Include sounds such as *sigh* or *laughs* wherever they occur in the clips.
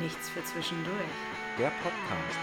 Nichts für zwischendurch. Der Podcast.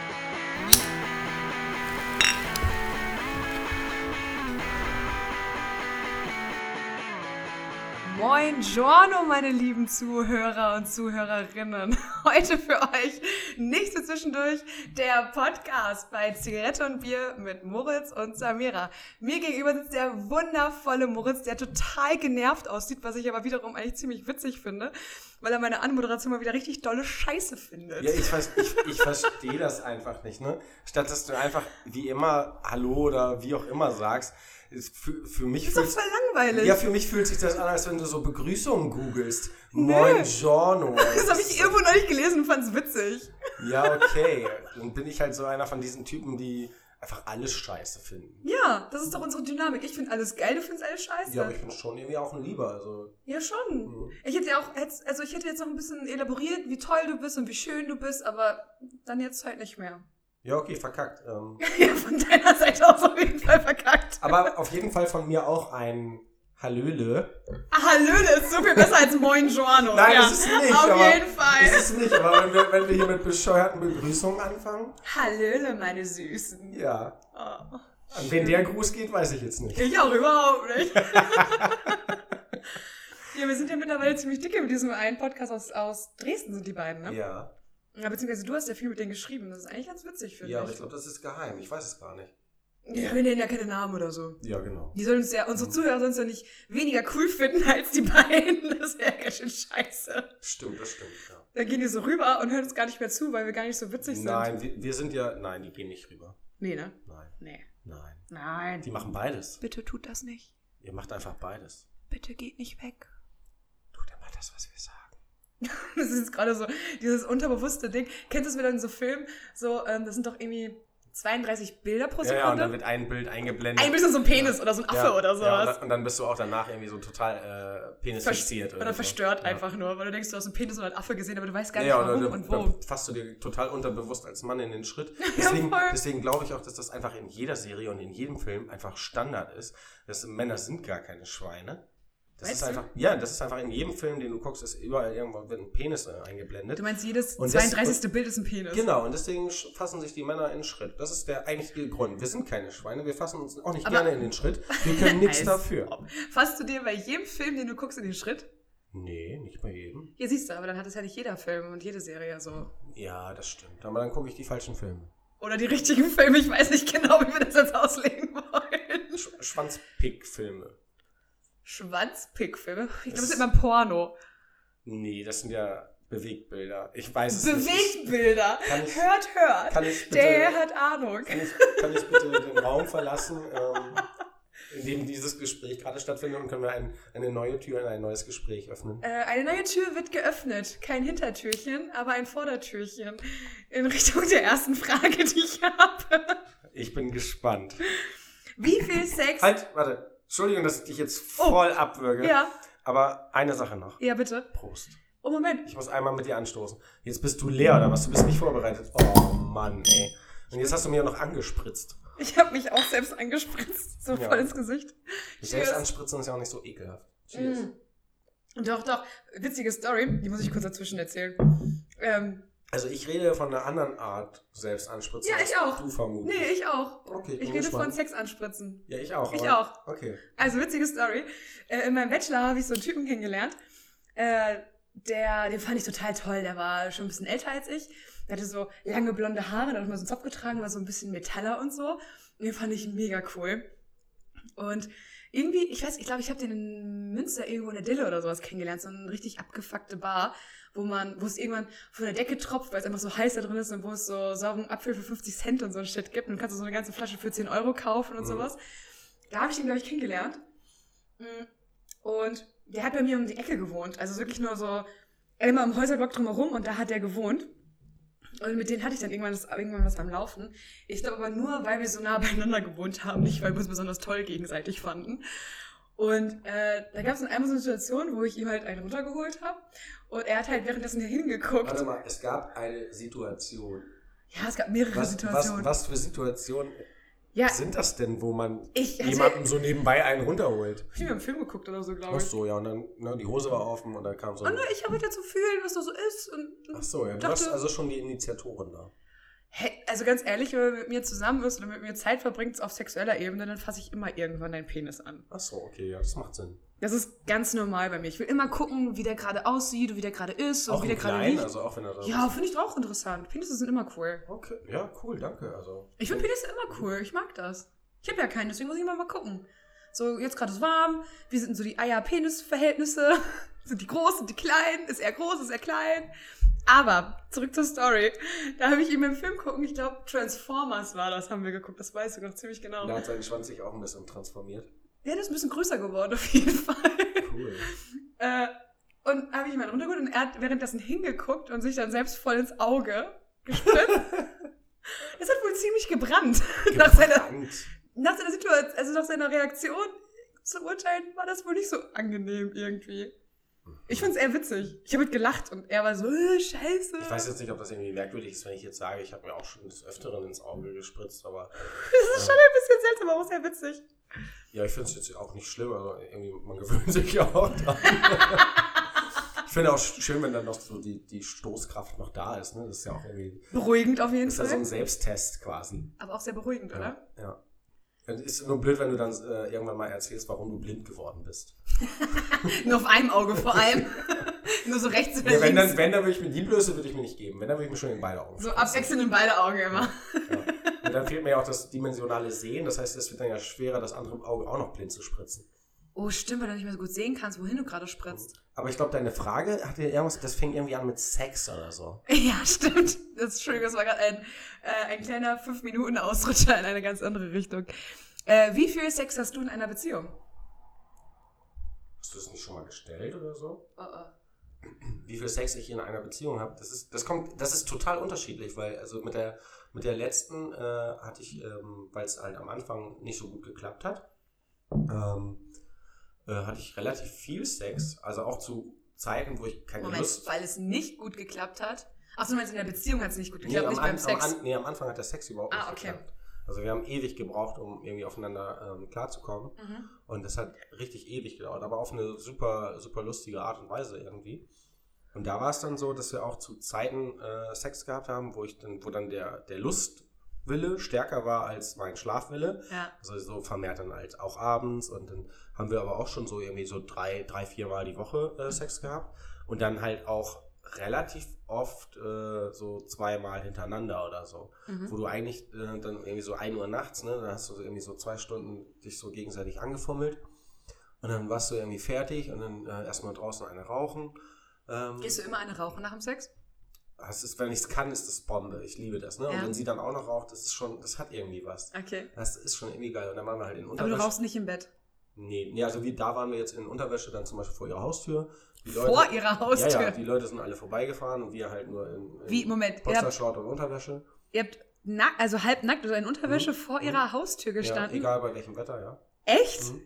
Moin Giorno, meine lieben Zuhörer und Zuhörerinnen. *laughs* Heute für euch Nichts für zwischendurch, der Podcast bei Zigarette und Bier mit Moritz und Samira. Mir gegenüber sitzt der wundervolle Moritz, der total genervt aussieht, was ich aber wiederum eigentlich ziemlich witzig finde, weil er meine Anmoderation mal wieder richtig dolle Scheiße findet. Ja, ich, vers- ich, ich verstehe das einfach nicht, ne? Statt dass du einfach wie immer Hallo oder wie auch immer sagst, ist für, für mich das ist fühlt doch voll langweilig. ja, für mich fühlt sich das an, als wenn du so Begrüßungen googelst. Moin *laughs* Giorno. das habe ich irgendwo neulich gelesen und fand es witzig. Ja, okay. Dann bin ich halt so einer von diesen Typen, die einfach alles scheiße finden. Ja, das ist doch unsere Dynamik. Ich finde alles geil, du findest alles scheiße. Ja, aber ich bin schon irgendwie auch ein Lieber. Also, Ja, schon. Ich hätte ja auch, hätt's- also ich hätte jetzt noch ein bisschen elaboriert, wie toll du bist und wie schön du bist, aber dann jetzt halt nicht mehr. *laughs* ja, okay, verkackt. Ähm, Ja, von deiner Seite aus auf jeden Fall verkackt. aber auf jeden Fall von mir auch ein Hallöle. Ah, Hallöle ist so viel besser als Moin Giorno. Nein, ja. das ist es nicht. Auf aber, jeden Fall. Ist es nicht, aber wenn wir, wenn wir hier mit bescheuerten Begrüßungen anfangen, Hallöle, meine Süßen. ja. Oh. An wen der Gruß geht, weiß ich jetzt nicht. Ich auch überhaupt nicht. *laughs* ja, wir sind ja mittlerweile ziemlich dicke mit diesem einen Podcast aus, aus Dresden, sind die beiden, ne? Ja, Ja, beziehungsweise du hast ja viel mit denen geschrieben. Das ist eigentlich ganz witzig, finde ja, aber ich. ich glaube, das ist geheim. Ich weiß es gar nicht. Ja, wir nennen ja keine Namen oder so. Ja, genau. Die sollen uns ja, unsere Zuhörer sollen uns ja nicht weniger cool finden als die beiden. *laughs* Das wäre ja ganz schön scheiße. Stimmt, das stimmt. Ja. Dann gehen die so rüber und hören uns gar nicht mehr zu, weil wir gar nicht so witzig sind. Nein, wir, wir sind ja. Nein, die gehen nicht rüber. Nee, ne? Nein, Nee. nein. Nein. Die machen beides. Bitte tut das nicht. Ihr macht einfach beides. Bitte geht nicht weg. Tut immer das, was wir sagen. *laughs* Das ist gerade so dieses unterbewusste Ding. Kennst du es wieder in so Filmen? So, ähm, das sind doch irgendwie 32 Bilder pro Ja, Sekunde. ja, und dann wird ein Bild eingeblendet. Ein bisschen so ein Penis oder so ein Affe ja, oder Ja, und, sowas. dann, und dann bist du auch danach irgendwie so total äh, Verst- penisfixiert. oder so. verstört ja. einfach nur, weil du denkst, du hast einen Penis oder einen Affe gesehen, aber du weißt gar nicht Ja, oder warum dann, genau. und wo. dann fasst du dir total unterbewusst als Mann in den Schritt. *laughs* Deswegen, voll. deswegen glaube ich auch, dass das einfach in jeder Serie und in jedem Film einfach Standard ist. Dass Männer sind gar keine Schweine. Das Weißt ist du? einfach, ja, das ist einfach in jedem Film, den du guckst, ist überall irgendwo wird ein Penis äh, eingeblendet. Du meinst, jedes Und das- 32. Bild ist ein Penis. Genau, und deswegen sch- fassen sich die Männer in den Schritt. Das ist der eigentliche Grund. Wir sind keine Schweine, wir fassen uns auch nicht Aber- gerne in den Schritt. Wir *laughs* können nichts Als dafür. ob. Fasst du dir bei jedem Film, den du guckst, in den Schritt? Nee, nicht bei jedem. Hier siehst du, aber dann hat es ja nicht jeder Film und jede Serie so. Ja, das stimmt. Aber dann gucke ich die falschen Filme. Oder die richtigen Filme, ich weiß nicht genau, wie wir das jetzt auslegen wollen. Sch Schwanzpick-Filme. Schwanzpick-Filme? Ich glaube, Das- das ist immer Porno. Nee, das sind ja Bewegtbilder. Ich weiß es nicht. Bewegtbilder! Kann ich- Hört, hört! Kann ich bitte, Der hat Ahnung. kann ich, kann ich bitte den Raum verlassen, ähm, in dem dieses Gespräch gerade stattfindet und können wir ein, eine neue Tür in ein neues Gespräch öffnen? Äh, eine neue Tür wird geöffnet. Kein Hintertürchen, aber ein Vordertürchen. In Richtung der ersten Frage, die ich habe. Ich bin gespannt. Wie viel Sex... Halt, warte. Entschuldigung, dass ich dich jetzt Oh. voll abwürge. Ja, Aber eine Sache noch. ja, bitte. Prost. Oh, Moment. Ich muss einmal mit dir anstoßen. Jetzt bist du leer oder was? Du bist nicht vorbereitet. Oh Mann, ey. Und jetzt hast du mir noch angespritzt. Ich habe mich auch selbst angespritzt, so Ja. voll ins Gesicht. Selbst anspritzen ist ja auch nicht so ekelhaft. Cheers. Mm. Doch, doch. Witzige Story, die muss ich kurz dazwischen erzählen. Ähm, Also ich rede von einer anderen Art Selbstanspritzung. Ja, als ich auch. Du vermutlich. nee, ich auch. Okay, ich Ich bin rede gespannt. von Sex anspritzen. Ja, ich auch. Ich aber- auch. Okay. Also, witzige Story. Äh, in meinem Bachelor habe ich so einen Typen kennengelernt. Äh, der, den fand ich total toll. Der war schon ein bisschen älter als ich. Der hatte so lange blonde Haare, der hat immer so einen Zopf getragen, war so ein bisschen Metaller und so. Und den fand ich mega cool. Und irgendwie, ich weiß, ich glaube, ich habe den in Münster irgendwo in der Dille oder sowas kennengelernt, so eine richtig abgefuckte Bar, wo man, wo es irgendwann von der Decke tropft, weil es einfach so heiß da drin ist und wo es so sauren Apfel für 50 Cent und so ein Shit gibt und kannst du so eine ganze Flasche für 10 Euro kaufen und Mhm. sowas. Da habe ich den, glaube ich, kennengelernt. Mm. Und der hat bei mir um die Ecke gewohnt, also wirklich nur so immer im Häuserblock drumherum und da hat der gewohnt. Und mit denen hatte ich dann irgendwann, das, irgendwann was am Laufen. Ich glaube aber nur, weil wir so nah beieinander gewohnt haben, nicht weil wir uns besonders toll gegenseitig fanden. Und äh, da gab es dann einmal so eine Situation, wo ich ihm halt einen runtergeholt habe und er hat halt währenddessen hier hingeguckt. Warte mal, es gab eine Situation. Ja, es gab mehrere Was, was, Situationen. was für Situationen? Ja, also Was sind das denn, wo man ich hatte, jemandem so nebenbei einen runterholt? ich habe einen Film geguckt oder so, glaube Ach ich. so, ja, und dann, ne, die Hose war offen und dann kam so. Und ich habe dazu fühlen, was da so ist. Und, und Ach so, ja, du dachte- warst also schon die Initiatorin da. Hey, also ganz ehrlich, wenn man mit mir zusammen ist oder mit mir Zeit verbringt auf sexueller Ebene, dann fasse ich immer irgendwann deinen Penis an. Ach so, okay, ja, das macht Sinn. Das ist ganz normal bei mir. Ich will immer gucken, wie der gerade aussieht und wie der gerade ist und auch wie der im gerade Kleinen, riecht. also auch wenn er da ja, finde ich auch interessant. Penisse sind immer cool. Okay, ja, cool, danke. Also, Ich finde Penisse immer cool. Ich mag das. Ich habe ja keinen, deswegen muss ich immer mal gucken. So, jetzt gerade ist warm. Wie sind so die Eier-Penis-Verhältnisse? *laughs* Sind die groß, sind die klein? Ist er groß, ist er klein? Aber zurück zur Story. Da habe ich ihn beim Film gucken, ich glaube Transformers war das, haben wir geguckt. Das weißt du noch ziemlich genau. da hat sein Schwanz sich auch ein *laughs* bisschen transformiert. Ja, der ist ein bisschen größer geworden, *laughs* auf jeden Fall. Cool. Äh, und habe ich ihn mal runtergeholt und er hat währenddessen hingeguckt und sich dann selbst voll ins Auge *laughs* gespritzt. Es hat wohl ziemlich gebrannt. Nach seiner, Gebrannt. nach seiner Situation, also nach seiner Reaktion zu urteilen, war das wohl nicht so angenehm irgendwie. Ich fand's eher witzig. Ich habe mit gelacht und er war so, äh, scheiße. Ich weiß jetzt nicht, ob das irgendwie merkwürdig ist, wenn ich jetzt sage, ich habe mir auch schon des Öfteren ins Auge gespritzt, aber das ist schon ein bisschen seltsam, aber auch sehr witzig. ja, ich finde es jetzt auch nicht schlimm. Also irgendwie, man gewöhnt *laughs* sich ja auch *laughs* dran. ich finde auch schön, wenn dann noch so die, die Stoßkraft noch da ist. Ne? Das ist ja auch irgendwie Beruhigend auf jeden das ist ja so Fall. ein Selbsttest quasi. Aber auch sehr beruhigend, oder? Ja. ja. Es ist nur blöd, wenn du dann äh, irgendwann mal erzählst, warum du blind geworden *laughs* bist. Nur auf einem Auge vor *laughs* allem. Nur so rechts oder Ja, wenn, links. dann, wenn, dann würde ich mir die Blöße würde ich mir nicht geben. Wenn, dann würde ich mir schon in beide Augen So spritzen. abwechselnd in beide Augen immer. Ja. Und dann fehlt mir ja auch das dimensionale Sehen. Das heißt, es wird dann ja schwerer, das andere Auge auch noch blind zu spritzen. Oh, stimmt, weil du nicht mehr so gut sehen kannst, wohin du gerade spritzt. Aber ich glaube, deine Frage hatte ja irgendwas, das fing irgendwie an mit Sex oder so. *laughs* Ja, stimmt. Das ist schön, das war gerade ein, äh, ein kleiner 5-Minuten-Ausrutscher in eine ganz andere Richtung. Äh, wie viel Sex hast du in einer Beziehung? Hast du das nicht schon mal gestellt oder so? *clears throat* Oh, oh. Wie viel Sex ich in einer Beziehung habe, das ist, das kommt, das ist total unterschiedlich, weil also mit der mit der letzten äh, hatte ich, ähm, weil es halt am Anfang nicht so gut geklappt hat, ähm, äh, hatte ich relativ viel Sex, also auch zu Zeiten, wo ich keine Moment, Lust weil es nicht gut geklappt hat. Achso, du meinst, in der Beziehung hat es nicht gut Nee, geklappt, am, nicht beim An am, Sex. An nee, am Anfang hat der Sex überhaupt Ah, nicht okay. geklappt. Also wir haben ewig gebraucht, um irgendwie aufeinander ähm, klarzukommen. Mhm. Und das hat richtig ewig gedauert, aber auf eine super, super lustige Art und Weise irgendwie. Und da war es dann so, dass wir auch zu Zeiten äh, Sex gehabt haben, wo ich dann, wo dann der, der Lustwille stärker war als mein Schlafwille. Ja. Also so vermehrt dann halt auch abends und dann haben wir aber auch schon so irgendwie so drei, drei, vier Mal die Woche äh, Sex gehabt und dann halt auch relativ oft äh, so zweimal hintereinander oder so, wo Mhm. du eigentlich äh, dann irgendwie so 1 Uhr nachts, ne, dann hast du so irgendwie so zwei Stunden dich so gegenseitig angefummelt und dann warst du irgendwie fertig und dann äh, erstmal draußen eine rauchen. Ähm, Gehst du immer eine rauchen nach dem Sex? hast es, wenn ich es kann, ist das Bombe. Ich liebe das, ne? Ja. Und wenn sie dann auch noch raucht, das ist schon, das hat irgendwie was. Okay. Das ist schon irgendwie geil. Und dann waren wir halt in Aber du Unterwäsche. rauchst nicht im Bett. Nee, nee, also wie da waren wir jetzt in Unterwäsche dann zum Beispiel vor ihrer Haustür. Die Leute, Vor ihrer Haustür. Ja, ja, die Leute sind alle vorbeigefahren und wir halt nur in, in Wie, Moment, ihr habt, Postershort und Unterwäsche. ihr habt nack, also halbnackt oder in Unterwäsche Mhm. vor Mhm. ihrer Haustür Ja, gestanden. egal bei welchem Wetter, ja. Echt? Mhm.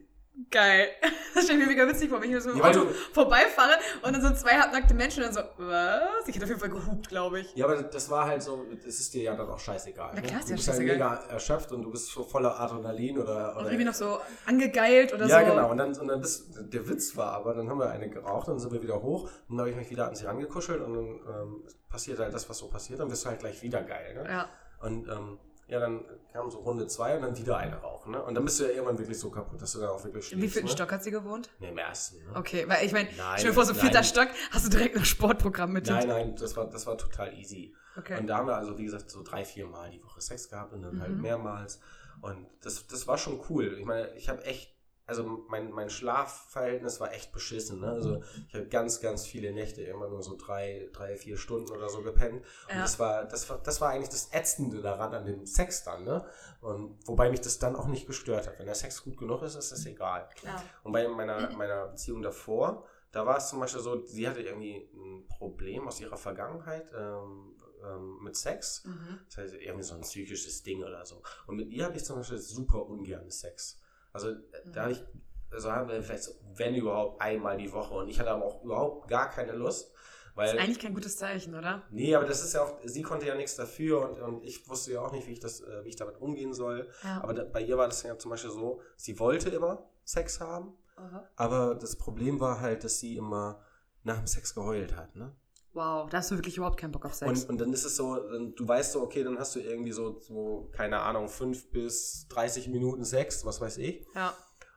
Geil. *laughs* Das stelle ich mir mega witzig vor, wenn ich hier so mit dem Ja, weil Auto du- vorbeifahre und dann so zwei halbnackte Menschen und dann so, was? Ich hätte auf jeden Fall gehupt, glaube ich. Ja, aber das war halt so, das ist dir ja dann auch scheißegal. Na ne? klar, ist du ja bist halt scheißegal. mega erschöpft und du bist so voller Adrenalin oder. Und oder irgendwie noch so angegeilt oder Oh, ja, so. genau. Und dann, und dann bist, der Witz war aber, dann haben wir eine geraucht, dann sind wir wieder hoch und dann habe ich mich wieder an sie rangekuschelt und dann ähm, passiert halt das, was so passiert, dann bist du halt gleich wieder geil. Ne? Ja. Und ähm, ja, dann kam so Runde zwei und dann wieder eine rauchen. Ne? Und dann bist du ja irgendwann wirklich so kaputt, dass du dann auch wirklich Im schläfst. wievielten ne? Stock hat sie gewohnt? Nee, im ersten. Ne? Okay, weil ich meine, Nein, stell dir vor, so nein. vierter Stock, hast du direkt noch Sportprogramm mit Nein, nein, das war, das war total easy. Okay. Und da haben wir also, wie gesagt, so drei, vier Mal die Woche Sex gehabt und dann halt Mhm. mehrmals. Und das, das war schon cool. Ich meine, ich habe echt, also mein, mein Schlafverhältnis war echt beschissen. Ne? Mhm. Also ich habe ganz, ganz viele Nächte immer nur so drei, drei, vier Stunden oder so gepennt. Und Ja. das, war, das, war, das war eigentlich das Ätzende daran, an dem Sex dann. Ne? Und wobei mich das dann auch nicht gestört hat. Wenn der Sex gut genug ist, ist das egal. Klar. Und bei Mhm. meiner, meiner Beziehung davor, da war es zum Beispiel so, sie hatte irgendwie ein Problem aus ihrer Vergangenheit ähm, ähm, mit Sex. Mhm. Das heißt, irgendwie so ein psychisches Ding oder so. Und mit ihr hatte ich zum Beispiel super ungern Sex. Also äh, Mhm. da habe ich, also haben wir vielleicht, so, wenn überhaupt, einmal die Woche. Und ich hatte aber auch überhaupt gar keine Lust, Das ist Weil, eigentlich kein gutes Zeichen, oder? nee, aber das ist ja auch, sie konnte ja nichts dafür und, und ich wusste ja auch nicht, wie ich, das, äh, wie ich damit umgehen soll. Ja. Aber da, bei ihr war das ja zum Beispiel so, sie wollte immer Sex haben, Aha. aber das Problem war halt, dass sie immer nach dem Sex geheult hat, ne? wow, da hast du wirklich überhaupt keinen Bock auf Sex. Und, und dann ist es so, dann, du weißt so, okay, dann hast du irgendwie so, so, keine Ahnung, fünf bis 30 Minuten Sex, was weiß ich. ja.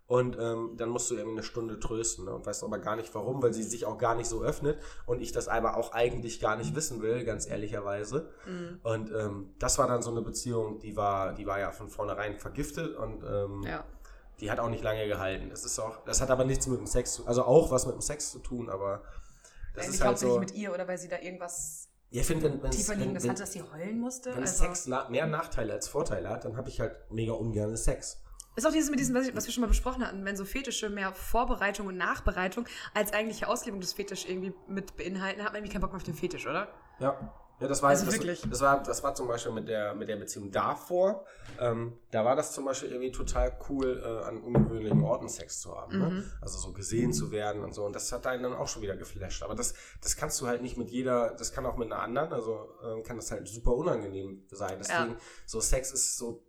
Und ähm, dann musst du irgendwie eine Stunde trösten ne? und weißt aber gar nicht warum, weil sie sich auch gar nicht so öffnet und ich das aber auch eigentlich gar nicht wissen will, ganz ehrlicherweise. Mhm. Und ähm, das war dann so eine Beziehung, die war, die war ja von vornherein vergiftet und ähm, ja. die hat auch nicht lange gehalten. Das ist auch, das hat aber nichts mit dem Sex zu, also auch was mit dem Sex zu tun, aber das Eigentlich ist halt Äh, hauptsächlich so. mit ihr oder weil sie da irgendwas Ja, ich finde, wenn, wenn's- tiefer wenn, liegendes wenn, hatte, dass sie heulen musste. wenn Also, Sex na mehr Nachteile als Vorteile hat, dann habe ich halt mega ungern Sex. ist auch dieses mit diesem, was, ich, was wir schon mal besprochen hatten, wenn so Fetische mehr Vorbereitung und Nachbereitung als eigentliche Auslebung des Fetisch irgendwie mit beinhalten, hat man irgendwie keinen Bock mehr auf den Fetisch, oder? Ja. Ja, das war, Also das, wirklich. Das war, das war zum Beispiel mit der, mit der Beziehung davor. Ähm, da war das zum Beispiel irgendwie total cool, äh, an ungewöhnlichen Orten Sex zu haben. Ne? Mhm. Also so gesehen zu werden und so. Und das hat einen dann auch schon wieder geflasht. Aber das, das kannst du halt nicht mit jeder, das kann auch mit einer anderen, also ähm, kann das halt super unangenehm sein. Deswegen, so Sex ist so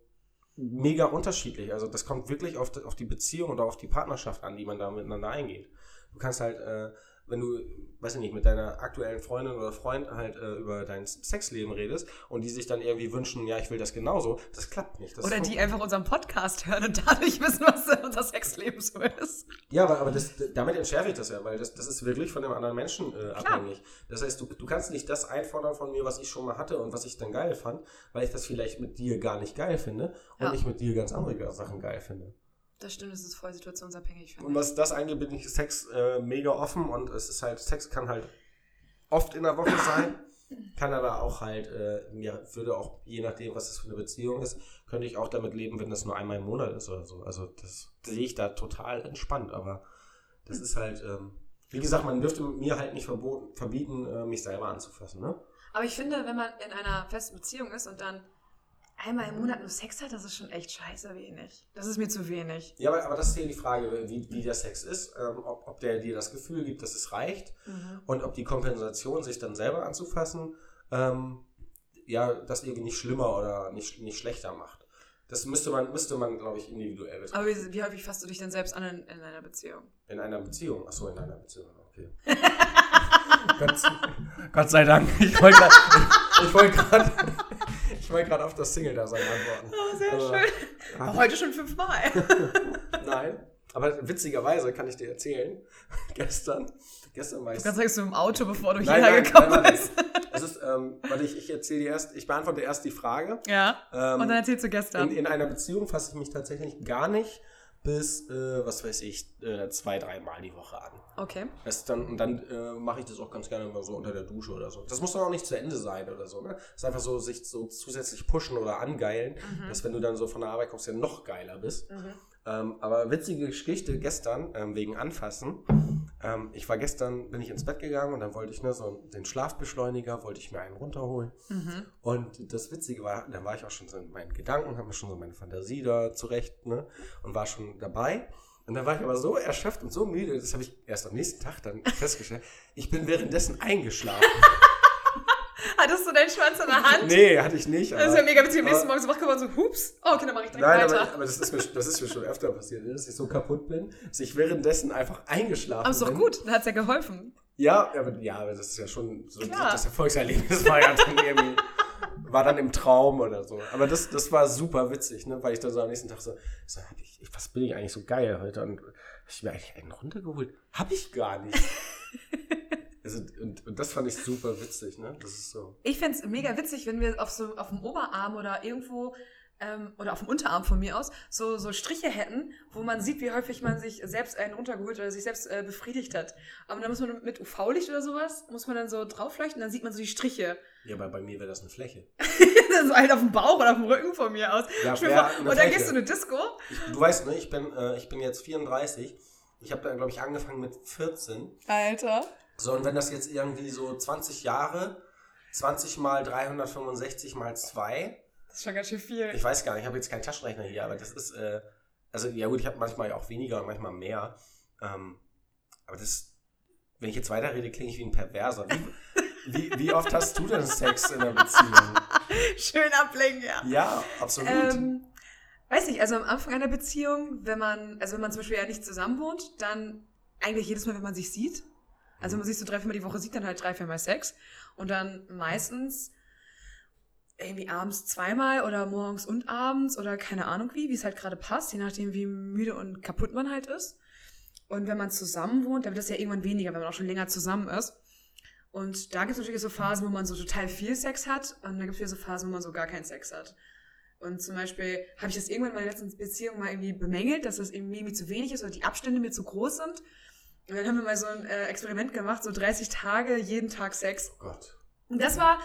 mega unterschiedlich. Also das kommt wirklich auf, die- auf die Beziehung oder auf die Partnerschaft an, die man da miteinander eingeht. Du kannst halt, äh, wenn du, weiß ich nicht, mit deiner aktuellen Freundin oder Freund halt äh, über dein Sexleben redest und die sich dann irgendwie wünschen, ja, ich will das genauso, das klappt nicht. Das oder fun- die einfach unseren Podcast hören und dadurch *laughs* wissen, was unser Sexleben so ist. Ja, aber, aber das, damit entschärfe ich das ja, weil das, das ist wirklich von dem anderen Menschen äh, abhängig. Das heißt, du, du kannst nicht das einfordern von mir, was ich schon mal hatte und was ich dann geil fand, weil ich das vielleicht mit dir gar nicht geil finde und Ja. ich mit dir ganz andere Sachen geil finde. Das stimmt, das ist voll situationsabhängig. Und was das angeht, bin ich Sex äh, mega offen und es ist halt, Sex kann halt oft in der Woche sein, kann aber auch halt, äh, mir würde auch, je nachdem, was das für eine Beziehung ist, könnte ich auch damit leben, wenn das nur einmal im Monat ist oder so. Also das sehe ich da total entspannt, aber das ist halt, ähm, wie gesagt, man dürfte mir halt nicht verboten, verbieten, äh, mich selber anzufassen, ne? Aber ich finde, wenn man in einer festen Beziehung ist und dann einmal im Monat nur Sex hat, das ist schon echt scheiße wenig. Das ist mir zu wenig. Ja, aber, aber das ist hier die Frage, wie, wie der Sex ist, ähm, ob, ob der dir das Gefühl gibt, dass es reicht Mhm. und ob die Kompensation, sich dann selber anzufassen, ähm, ja, das irgendwie nicht schlimmer oder nicht, nicht schlechter macht. Das müsste man, müsste man glaube ich, individuell Aber betrachten. wie, wie häufig fasst du dich denn selbst an in, in einer Beziehung? In einer Beziehung. Achso, in einer Beziehung. *laughs* Okay. Gott, Gott sei Dank. Ich wollte gerade ich wollte gerade ich wollte gerade auf das Single-Dasein antworten. Oh, sehr Aber- schön. Heute schon *laughs* fünfmal. Nein. Aber witzigerweise kann ich dir erzählen, *laughs* gestern, gestern war ich Du kannst sagst du im Auto, bevor du Nein, hierher nein, gekommen nein, nein. bist. Es ist, ähm, warte, ich, ich erzähle dir erst, ich beantworte erst die Frage. Ja. Ähm, Und dann erzählst du gestern. in, in einer Beziehung fasse ich mich tatsächlich gar nicht bis, äh, was weiß ich, äh, zwei, dreimal die Woche an. okay. Das ist dann, und dann äh, mache ich das auch ganz gerne mal so unter der Dusche oder so. Das muss dann auch nicht zu Ende sein oder so. Ne? Das ist einfach so, sich so zusätzlich pushen oder angeilen, dass wenn du dann so von der Arbeit kommst, ja noch geiler bist. Mhm. Ähm, aber witzige Geschichte gestern ähm, wegen Anfassen. Ähm, ich war gestern, bin ich ins Bett gegangen und dann wollte ich ne, so den Schlafbeschleuniger, wollte ich mir einen runterholen. Mhm. Und das Witzige war, da war ich auch schon so in meinen Gedanken, habe mir schon so meine Fantasie da zurecht, ne? Und war schon dabei. Und dann war ich aber so erschöpft und so müde, das habe ich erst am nächsten Tag dann festgestellt, ich bin währenddessen *laughs* eingeschlafen. Hattest du deinen Schwanz in der Hand? nee, hatte ich nicht. Das ist ja mega witzig. Am aber- nächsten Morgen so wach geworden, so, hups. Oh, okay, dann mach ich direkt Nein, weiter. aber, aber das, ist mir, das ist mir schon öfter passiert, ne, dass ich so kaputt bin, dass ich währenddessen einfach eingeschlafen aber ist doch bin. gut, dann hat's ja geholfen. Ja, aber, ja, aber das ist ja schon so Klar. das Erfolgserlebnis war ja dann irgendwie, war dann im Traum oder so. Aber das, das war super witzig, ne? weil ich dann so am nächsten Tag so, so hab ich, ich- was bin ich eigentlich so geil heute? Und hab ich mir eigentlich einen runtergeholt? Hab ich gar *laughs* nicht. also, und, und das fand ich super witzig, ne? Das ist so. Ich fänd's mega witzig, wenn wir auf so auf dem Oberarm oder irgendwo ähm, oder auf dem Unterarm von mir aus so, so Striche hätten, wo man sieht, wie häufig man sich selbst einen runtergeholt oder sich selbst äh, befriedigt hat. Aber dann muss man mit UV-Licht oder sowas, muss man dann so draufleuchten, dann sieht man so die Striche. *laughs* Ja, aber bei mir wäre das eine Fläche. so halt auf dem Bauch oder auf dem Rücken von mir aus. Ja, Stell dir wär vor, eine und dann Fläche. gehst du in eine Disco. Ich, du weißt, ne, ich bin, äh, ich bin jetzt 34. Ich habe dann, glaube ich, angefangen mit 14. Alter. So, und wenn das jetzt irgendwie so 20 Jahre, 20 mal 365 mal 2, Das ist schon ganz schön viel. ich weiß gar nicht, ich habe jetzt keinen Taschenrechner hier, aber das ist, äh, also ja gut, ich habe manchmal auch weniger und manchmal mehr. Ähm, aber das, Wenn ich jetzt weiterrede, klinge ich wie ein Perverser. Wie, wie, wie oft hast du denn Sex in einer Beziehung? Schön ablenken, ja. Ja, absolut. Ähm, weiß nicht, also am Anfang einer Beziehung, wenn man, also wenn man zum Beispiel ja nicht zusammen wohnt, dann eigentlich jedes Mal, wenn man sich sieht, also wenn man sich so drei, viermal die Woche sieht, dann halt drei, viermal Sex und dann meistens irgendwie abends zweimal oder morgens und abends oder keine Ahnung wie, wie es halt gerade passt, je nachdem, wie müde und kaputt man halt ist. Und wenn man zusammen wohnt, dann wird das ja irgendwann weniger, wenn man auch schon länger zusammen ist. Und da gibt es natürlich so Phasen, wo man so total viel Sex hat und dann gibt es wieder so Phasen, wo man so gar keinen Sex hat. Und zum Beispiel habe ich das irgendwann in meiner letzten Beziehung mal irgendwie bemängelt, dass das irgendwie mir zu wenig ist oder die Abstände mir zu groß sind. Und dann haben wir mal so ein äh, Experiment gemacht, so 30 Tage, jeden Tag Sex. oh Gott. Und das war,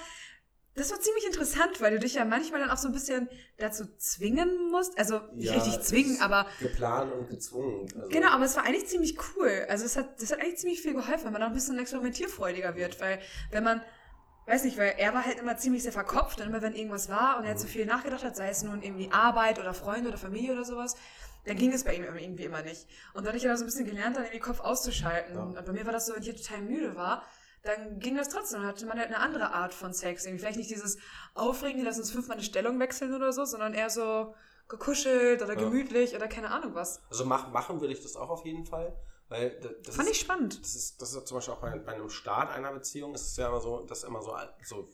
das war ziemlich interessant, weil du dich ja manchmal dann auch so ein bisschen dazu zwingen musst. Also nicht Ja, richtig zwingen, das- aber Geplant und gezwungen. Also, genau, aber es war eigentlich ziemlich cool. Also es hat, das hat eigentlich ziemlich viel geholfen, weil man auch ein bisschen experimentierfreudiger wird, weil wenn man, weiß nicht, weil er war halt immer ziemlich sehr verkopft und immer wenn irgendwas war und er zu so viel nachgedacht hat, sei es nun irgendwie Arbeit oder Freunde oder Familie oder sowas, dann ging es bei ihm irgendwie immer nicht. Und dadurch hat er so ein bisschen gelernt, dann den Kopf auszuschalten. Ja. Und bei mir war das so, wenn ich total müde war, dann ging das trotzdem. Dann hatte man halt eine andere Art von Sex. Irgendwie vielleicht nicht dieses Aufregende, lass uns fünfmal eine Stellung wechseln oder so, sondern eher so gekuschelt oder Ja. gemütlich oder keine Ahnung was. Also mach, machen würde ich das auch auf jeden Fall. Weil da- das Fand ist, ich spannend. das ist, das ist zum Beispiel auch bei, bei einem Start einer Beziehung, ist es ja immer so, dass immer so, so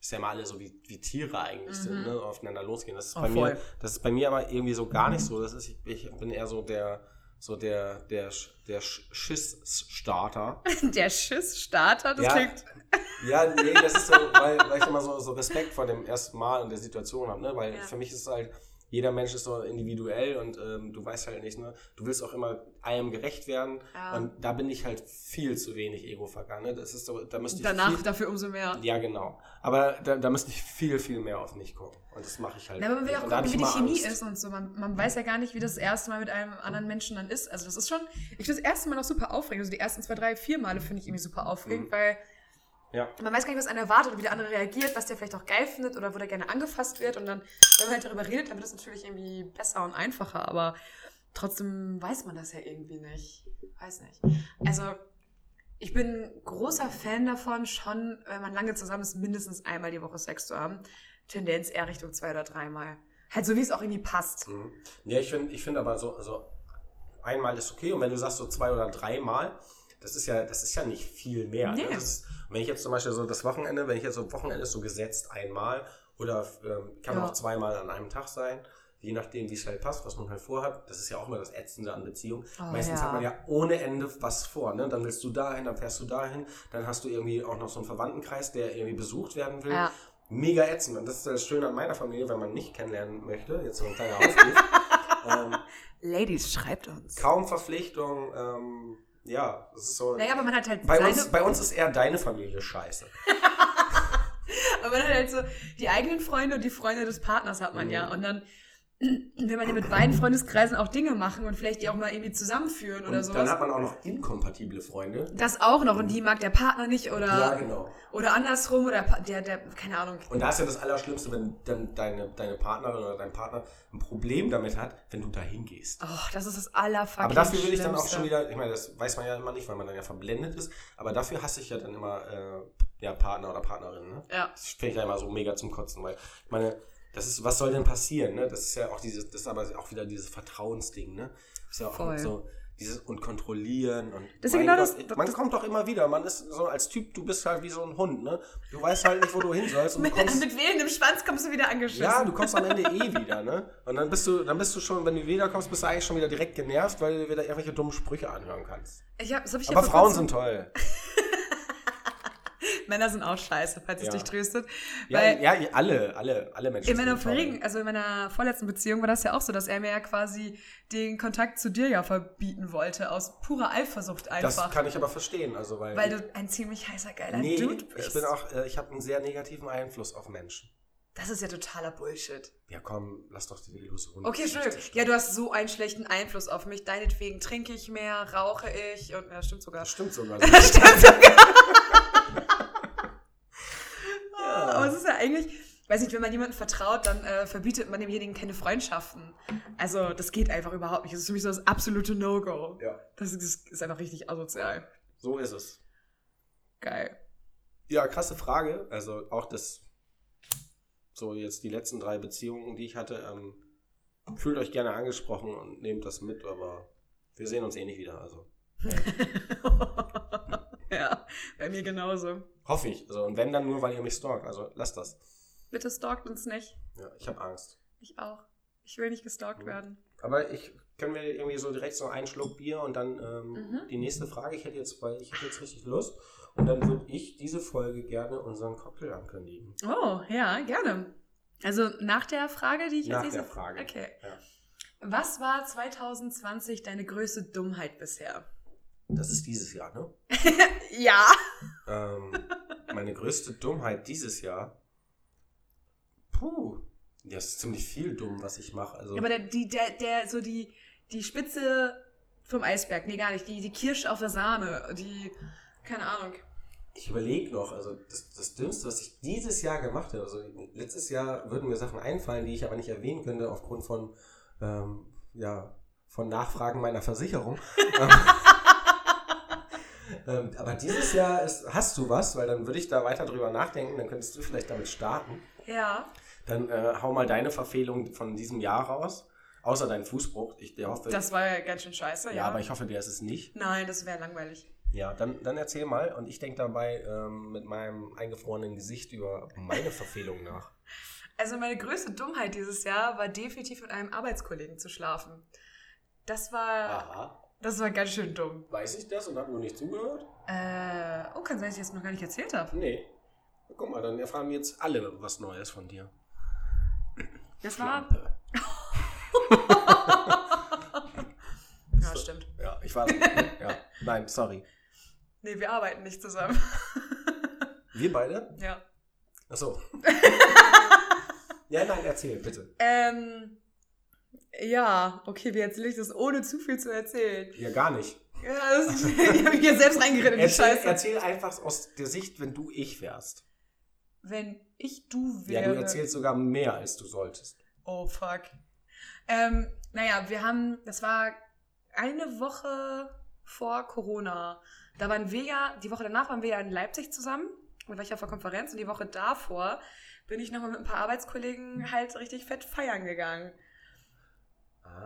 ist ja immer alle so wie, wie Tiere eigentlich sind, ne, so aufeinander losgehen. Das ist, Mhm. Oh, bei voll. Mhm. mir, das ist bei mir aber irgendwie so gar nicht so. Das ist, ich, ich bin eher so der, so der, der, Sch- der Sch- Schissstarter. Der Schiss-Starter, *laughs* das Ja. klingt. Ja, nee, das ist so, weil, weil ich immer so, so Respekt vor dem ersten Mal und der Situation habe, ne? Weil Ja. für mich ist es halt, jeder Mensch ist so individuell und ähm, du weißt halt nicht, ne? Du willst auch immer allem gerecht werden. Ja. Und da bin ich halt viel zu wenig Ego vergangen. Ne? Das ist so, da müsste ich Danach viel, dafür umso mehr. ja, genau. Aber da, da müsste ich viel, viel mehr auf mich gucken. Und das mache ich halt. Na, aber man will nicht. auch Und da hab gucken, wie ich die immer Chemie Angst. ist und so. Man, man weiß ja gar nicht, wie das erste Mal mit einem anderen Menschen dann ist. Also das ist schon, ich finde das erste Mal auch super aufregend. Also die ersten zwei, drei, vier Male finde ich irgendwie super aufregend, Mhm. weil Ja. man weiß gar nicht, was einer erwartet und wie der andere reagiert, was der vielleicht auch geil findet oder wo der gerne angefasst wird. Und dann, wenn man halt darüber redet, dann wird das natürlich irgendwie besser und einfacher. Aber trotzdem weiß man das ja irgendwie nicht. Weiß nicht. Also ich bin großer Fan davon, schon, wenn man lange zusammen ist, mindestens einmal die Woche Sex zu haben. Tendenz eher Richtung zwei oder dreimal. Halt so, wie es auch irgendwie passt. Mhm. Ja, ich finde ich find aber so, also einmal ist okay und wenn du sagst so zwei oder dreimal, das ist ja, das ist ja nicht viel mehr. Nee. Ne? Das ist, wenn ich jetzt zum Beispiel so das Wochenende, wenn ich jetzt so Wochenende ist so gesetzt einmal oder ähm, kann Ja. auch zweimal an einem Tag sein, je nachdem wie es halt passt, was man halt vorhat. Das ist ja auch immer das Ätzende an Beziehungen. Oh, Meistens ja. hat man ja ohne Ende was vor. Ne? Dann willst du dahin, dann fährst du dahin, dann hast du irgendwie auch noch so einen Verwandtenkreis, der irgendwie besucht werden will Ja. mega ätzend. Und das ist das Schöne an meiner Familie, wenn man nicht kennenlernen möchte, jetzt so ein kleiner Ausflug. *laughs* ähm, Ladies, schreibt uns. kaum Verpflichtung, ähm, ja, es ist so. Naja, aber man hat halt bei, seine, uns, bei uns ist eher deine Familie scheiße. *laughs* aber man hat halt so die eigenen Freunde und die Freunde des Partners hat man Mhm. ja. Und dann *clears throat* will man ja mit beiden Freundeskreisen auch Dinge machen und vielleicht die auch mal irgendwie zusammenführen Und oder sowas. dann hat man auch noch inkompatible Freunde. das auch noch und die mag der Partner nicht oder, Ja, genau. oder andersrum oder pa- der, der, keine Ahnung. Und da ist ja das Allerschlimmste, wenn dann deine, deine Partnerin oder dein Partner ein Problem damit hat, wenn du da hingehst. Oh, das ist das allerfucking Aber dafür will ich dann auch Schlimmste. schon wieder, ich meine, das weiß man ja immer nicht, weil man dann ja verblendet ist, aber dafür hasse ich ja dann immer äh, ja, Partner oder Partnerin. Ne? Ja. Das finde ich ja immer so mega zum Kotzen, weil ich meine, das ist, was soll denn passieren? Ne? Das ist ja auch dieses, das ist aber auch wieder dieses Vertrauensding, ne? Das ist ja auch Voll. so dieses und kontrollieren und Das ist ja mein genau Gott, das- man das- kommt doch immer wieder. Man ist so als Typ, du bist halt wie so ein Hund, ne? Du weißt halt nicht, wo du hin sollst und du Mit, kommst. mit Wählen im Schwanz kommst du wieder angeschissen. Ja, du kommst am Ende eh wieder, ne? Und dann bist du, dann bist du schon, wenn du wiederkommst, bist du eigentlich schon wieder direkt genervt, weil du wieder irgendwelche dummen Sprüche anhören kannst. ich hab, das hab ich ja Aber vor Frauen kurzem- sind toll. Männer sind auch scheiße, falls es Ja. dich tröstet. Ja, Weil ja, alle, alle, alle Menschen. in meiner sind toll. vorigen, also in meiner vorletzten Beziehung war das ja auch so, dass er mir ja quasi den Kontakt zu dir ja verbieten wollte, aus purer Eifersucht Das einfach. kann ich aber verstehen, also weil. weil du ein ziemlich heißer, geiler nee, Dude bist. ich bin auch, äh, ich habe einen sehr negativen Einfluss auf Menschen. das ist ja totaler Bullshit. Ja, komm, lass doch die Illusion. Okay, nicht schön. zerstören. Ja, du hast so einen schlechten Einfluss auf mich. Deinetwegen trinke ich mehr, rauche ich und ja, stimmt sogar. Das stimmt sogar. Das *laughs* stimmt sogar. Aber es ist ja eigentlich, weiß nicht, wenn man jemandem vertraut, dann äh, verbietet man demjenigen keine Freundschaften. Also das geht einfach überhaupt nicht. Das ist für mich so das absolute No-Go. ja, Das ist, das ist einfach richtig asozial. so ist es. *laughs* Geil. Ja, krasse Frage. Also auch das, so jetzt die letzten drei Beziehungen, die ich hatte, ähm, fühlt euch gerne angesprochen und nehmt das mit, aber wir sehen uns eh nicht wieder. Also ja, bei mir genauso. hoffe ich. Also, und wenn dann nur, weil ihr mich stalkt. Also lasst das. Bitte stalkt uns nicht. Ja, ich habe Angst. Ich auch. Ich will nicht gestalkt Mhm. werden. Aber ich können wir irgendwie so direkt so einen Schluck Bier und dann ähm, Mhm. die nächste Frage. Ich hätte jetzt, weil ich hätte jetzt richtig Lust. Und dann würde ich diese Folge gerne unseren Cocktail ankündigen. Oh, ja, gerne. Also nach der Frage, die ich Nach jetzt der lese- Frage. Okay. Ja. Was war 2020 deine größte Dummheit bisher? Das ist dieses Jahr, ne? Ja. Ähm, meine größte Dummheit dieses Jahr. Puh. Das ist ziemlich viel dumm, was ich mache. Also, Aber der, die, der, der, so die, die Spitze vom Eisberg, nee, gar nicht. Die, die Kirsche auf der Sahne, die, keine Ahnung. ich überlege noch, also das, das Dümmste, was ich dieses Jahr gemacht habe. Also letztes Jahr würden mir Sachen einfallen, die ich aber nicht erwähnen könnte, aufgrund von, ähm, ja, von Nachfragen meiner Versicherung. *laughs* Ähm, ähm, aber dieses Jahr ist, hast du was, weil dann würde ich da weiter drüber nachdenken, dann könntest du vielleicht damit starten. Ja, Dann äh, hau mal deine Verfehlung von diesem Jahr raus. Außer deinen Fußbruch. Ich der hoffe. das war ja ganz schön scheiße, ja. ja, aber ich hoffe, der ist es nicht. Nein, das wäre langweilig. Ja, dann, dann erzähl mal. Und ich denke dabei ähm, mit meinem eingefrorenen Gesicht über meine Verfehlung *laughs* nach. Also meine größte Dummheit dieses Jahr war definitiv mit einem Arbeitskollegen zu schlafen. Das war, Aha. das war ganz schön dumm. Weiß ich das und habe nur nicht zugehört? Äh, oh, kann sein, dass ich das noch gar nicht erzählt habe. Nee. Guck mal, dann erfahren wir jetzt alle was Neues von dir. Das war, Schlampe. *laughs* ja stimmt. Ja, ich *laughs* war. ja. Nein, sorry. Nee, wir arbeiten nicht zusammen. Wir beide? ja. Achso. *laughs* ja, nein, erzähl, bitte. Ähm, ja, okay, wie erzähle ich das, ohne zu viel zu erzählen? Ja, gar nicht. Ja, das, *laughs* ich habe mich hier selbst reingeredet, die Erzähl, Scheiße. erzähl einfach aus der Sicht, wenn du ich wärst. Wenn ich du Ja, wäre. du erzählst sogar mehr, als du solltest. Oh fuck. Ähm, naja, wir haben, das war eine Woche vor Corona. Da waren wir ja, die Woche danach waren wir ja in Leipzig zusammen. Und war ich auf der Konferenz und die Woche davor bin ich nochmal mit ein paar Arbeitskollegen halt richtig fett feiern gegangen.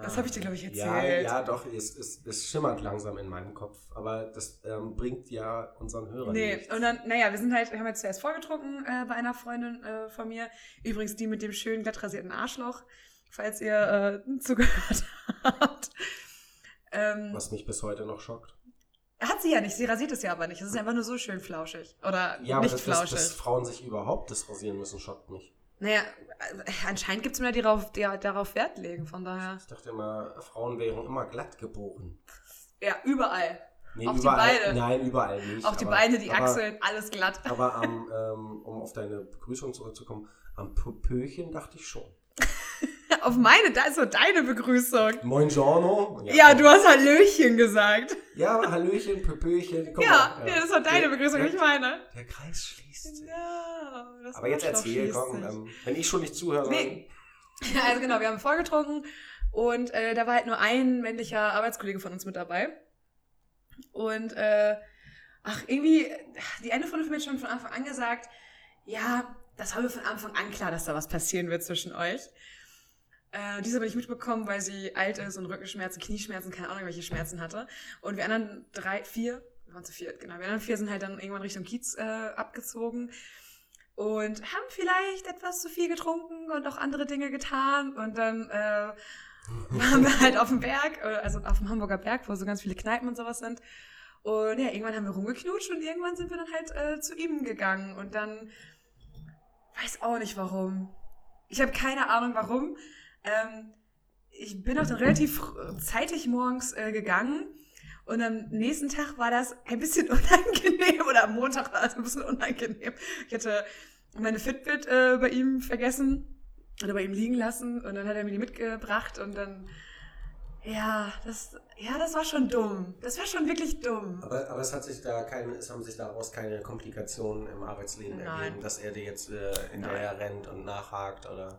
Das habe ich dir, glaube ich, Ah, Ja, erzählt. ja, doch, es, es, es schimmert langsam in meinem Kopf. Aber das ähm, bringt ja unseren Hörern Nee, nichts. und dann, naja, wir sind halt, wir haben jetzt zuerst vorgetrunken äh, bei einer Freundin äh, von mir. Übrigens die mit dem schönen, glatt rasierten Arschloch, falls ihr äh, zugehört *laughs* habt. Ähm, Was mich bis heute noch schockt. Hat sie ja nicht, sie rasiert es ja aber nicht. Es ist einfach nur so schön flauschig. Oder Ja, aber nicht dass, dass, flauschig. dass Frauen sich überhaupt das rasieren müssen, schockt mich. Naja, äh, anscheinend gibt es Männer, die, darauf- die darauf Wert legen, von daher. Ich dachte immer, Frauen wären immer glatt geboren. Ja, überall. Nee, Auch die überall, Beine. Nein, überall nicht. Auch die aber- Beine, die aber- Achseln, alles glatt. *laughs* Aber am, ähm, um auf deine Begrüßung zurückzukommen, am Popöchen dachte ich schon. Auf meine, da ist so deine Begrüßung. Moin Giorno. Ja, du hast Hallöchen gesagt. Ja, aber Hallöchen, Pöpöchen. guck ja, mal, ja, das war deine Begrüßung, der, ich meine. Der Kreis schließt sich. Ja, Genau, das Aber jetzt Arschloch erzähl, schließt komm. sich. Ähm, wenn ich schon nicht zuhöre, Nee. *laughs* Ja, also genau, wir haben vorgetrunken und äh, da war halt nur ein männlicher Arbeitskollege von uns mit dabei. Und äh, ach, irgendwie, äh, die eine Freundin von mir hat schon von Anfang an gesagt, ja, das war mir von Anfang an klar, dass da was passieren wird zwischen euch. Äh, diese habe ich mitbekommen, weil sie alt ist und Rückenschmerzen, Knieschmerzen, keine Ahnung, welche Schmerzen hatte. Und wir anderen drei, vier, wir waren zu viert, genau, wir anderen vier sind halt dann irgendwann Richtung Kiez äh, abgezogen und haben vielleicht etwas zu viel getrunken und auch andere Dinge getan. Und dann äh, waren wir halt auf dem Berg, äh, also auf dem Hamburger Berg, wo so ganz viele Kneipen und sowas sind. Und ja, irgendwann haben wir rumgeknutscht und irgendwann sind wir dann halt äh, zu ihm gegangen. Und dann weiß auch nicht warum. Ich habe keine Ahnung warum. Ähm, ich bin auch dann relativ fr- zeitig morgens äh, gegangen. Und am nächsten Tag war das ein bisschen *laughs* unangenehm, oder am Montag war das ein bisschen unangenehm. Ich hatte meine Fitbit äh, bei ihm vergessen oder bei ihm liegen lassen und dann hat er mir die mitgebracht und dann ja, das ja, das war schon dumm. Das war schon wirklich dumm. Aber, aber es, hat sich da keine, es haben sich daraus keine Komplikationen im Arbeitsleben Nein. ergeben, dass er dir jetzt äh, hinterher rennt und nachhakt oder.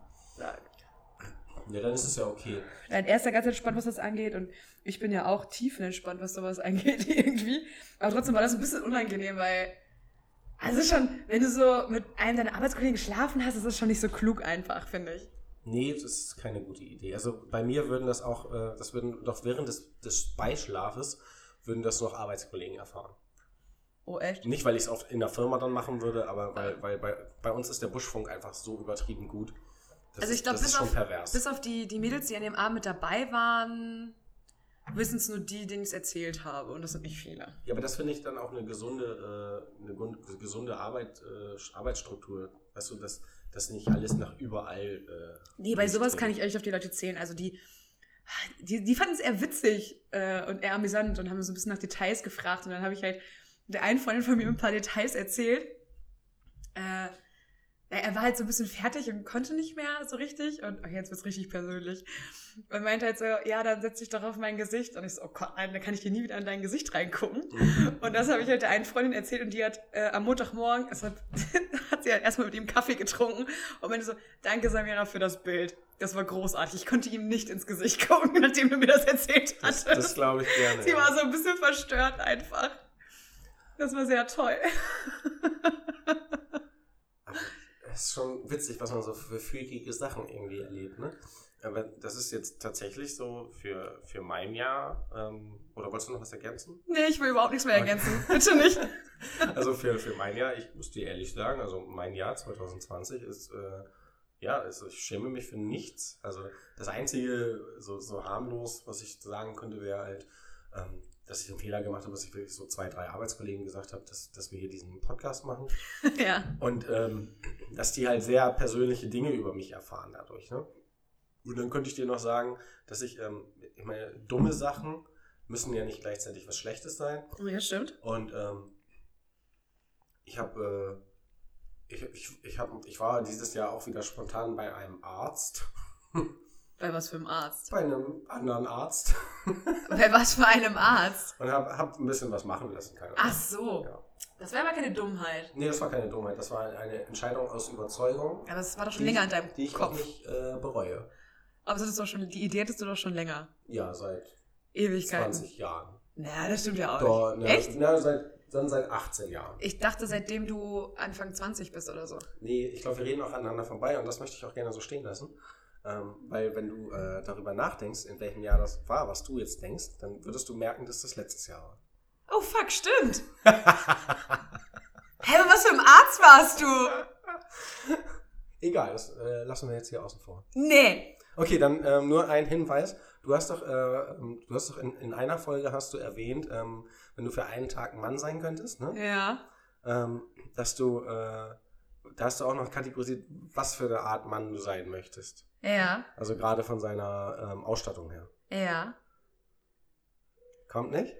Ja, dann ist es ja okay. Nein, er ist ja halt ganz entspannt, was das angeht und ich *laughs* bin ja auch tiefenentspannt, was sowas angeht irgendwie. Aber trotzdem war das ein bisschen unangenehm, weil Also schon, wenn du so mit einem deiner Arbeitskollegen geschlafen hast, ist das schon nicht so klug einfach, finde ich. Nee, das ist keine gute Idee. Also bei mir würden das auch, äh, das würden doch während des, des Beischlafes würden das noch Arbeitskollegen erfahren. Oh, echt? Nicht, weil ich es auch in der Firma dann machen würde, aber weil, weil bei, bei uns ist der Buschfunk einfach so übertrieben gut. Das also ich ist- glaube, das bis, ist schon auf- pervers. bis auf die, die Mädels, die an dem Abend mit dabei waren, wissen es nur die, denen ich es erzählt habe. Und das sind nicht viele. ja, aber das finde ich dann auch eine gesunde, äh, eine gun- gesunde Arbeit, äh, Arbeitsstruktur. Weißt du, dass, dass nicht alles nach überall. Äh, Nee, bei sowas durchdringt. *laughs* kann ich echt auf die Leute zählen. Also die, die, die fanden es eher witzig äh, und eher amüsant und haben so ein bisschen nach Details gefragt. Und dann habe ich halt der einen Freundin von mir ein paar Details erzählt. Äh, na, er war halt so ein bisschen fertig und konnte nicht mehr so richtig. Und okay, jetzt wird's richtig persönlich. Und meinte halt so, ja, dann setz dich doch auf mein Gesicht. Und ich so, oh Gott, nein, dann kann ich dir nie wieder in dein Gesicht reingucken. Mhm, Und das habe ich halt der einen Freundin erzählt und die hat äh, am Montagmorgen, es hat, *laughs* hat sie halt erstmal mit ihm Kaffee getrunken und meinte so, danke Samira für das Bild. Das war großartig. Ich konnte ihm nicht ins Gesicht gucken, *laughs* nachdem du mir das erzählt Das, hattest. das glaube ich *laughs* gerne. sie ja. war so ein bisschen verstört einfach. Das war sehr toll. Es ist schon witzig, was man so für freakige Sachen irgendwie erlebt, ne? Aber das ist jetzt tatsächlich so für, für mein Jahr. Ähm, oder wolltest du noch was ergänzen? Nee, ich will überhaupt nichts mehr Okay. ergänzen. *laughs* Bitte nicht. Also für, für mein Jahr, ich muss dir ehrlich sagen, also mein Jahr 2020 ist, äh, ja, ist, ich schäme mich für nichts. Also das Einzige, so, so harmlos, was ich sagen könnte, wäre halt, ähm, dass ich einen Fehler gemacht habe, dass ich wirklich so zwei, drei Arbeitskollegen gesagt habe, dass, dass wir hier diesen Podcast machen. ja. Und ähm, dass die halt sehr persönliche Dinge über mich erfahren dadurch. Ne? Und dann könnte ich dir noch sagen, dass ich, ähm, ich meine, dumme Sachen müssen ja nicht gleichzeitig was Schlechtes sein. Oh, Ja, stimmt. Und ähm, ich habe, äh, ich, ich, ich, hab, ich war dieses Jahr auch wieder spontan bei einem Arzt, *laughs* Bei was für einem Arzt? bei einem anderen Arzt *laughs* Bei was für einem Arzt? und habe hab ein bisschen was machen lassen. Keine Ahnung. Ach so. Ja. Das wäre aber keine Dummheit. Nee, das war keine Dummheit, das war eine Entscheidung aus Überzeugung, Aber das war doch schon die, länger in ich- deinem die ich auch Kopf. nicht äh, bereue. Aber das hattest du doch schon, die Idee hattest du doch schon länger. Ja, seit Ewigkeiten. 20 Jahren. Na, das stimmt ja auch Doch, nicht. ne, Echt? Na, seit, dann seit 18 Jahren. Ich dachte, seitdem du Anfang 20 bist oder so. Nee, ich glaube, wir reden auch aneinander vorbei und das möchte ich auch gerne so stehen lassen. Ähm, weil wenn du äh, darüber nachdenkst, in welchem Jahr das war, was du jetzt denkst, dann würdest du merken, dass das letztes Jahr war. Oh fuck, *laughs* stimmt. Hä, aber was für ein Arzt warst du? Egal, das äh, lassen wir jetzt hier außen vor. Nee. Okay, dann ähm, nur ein Hinweis. Du hast doch, äh, ähm, du hast doch in, in einer Folge hast du erwähnt, ähm, wenn du für einen Tag ein Mann sein könntest, ne? Ja. ähm, dass du, äh, da hast du auch noch kategorisiert, was für eine Art Mann du sein möchtest. Ja. Also gerade von seiner ähm, Ausstattung her. Ja. Kommt nicht?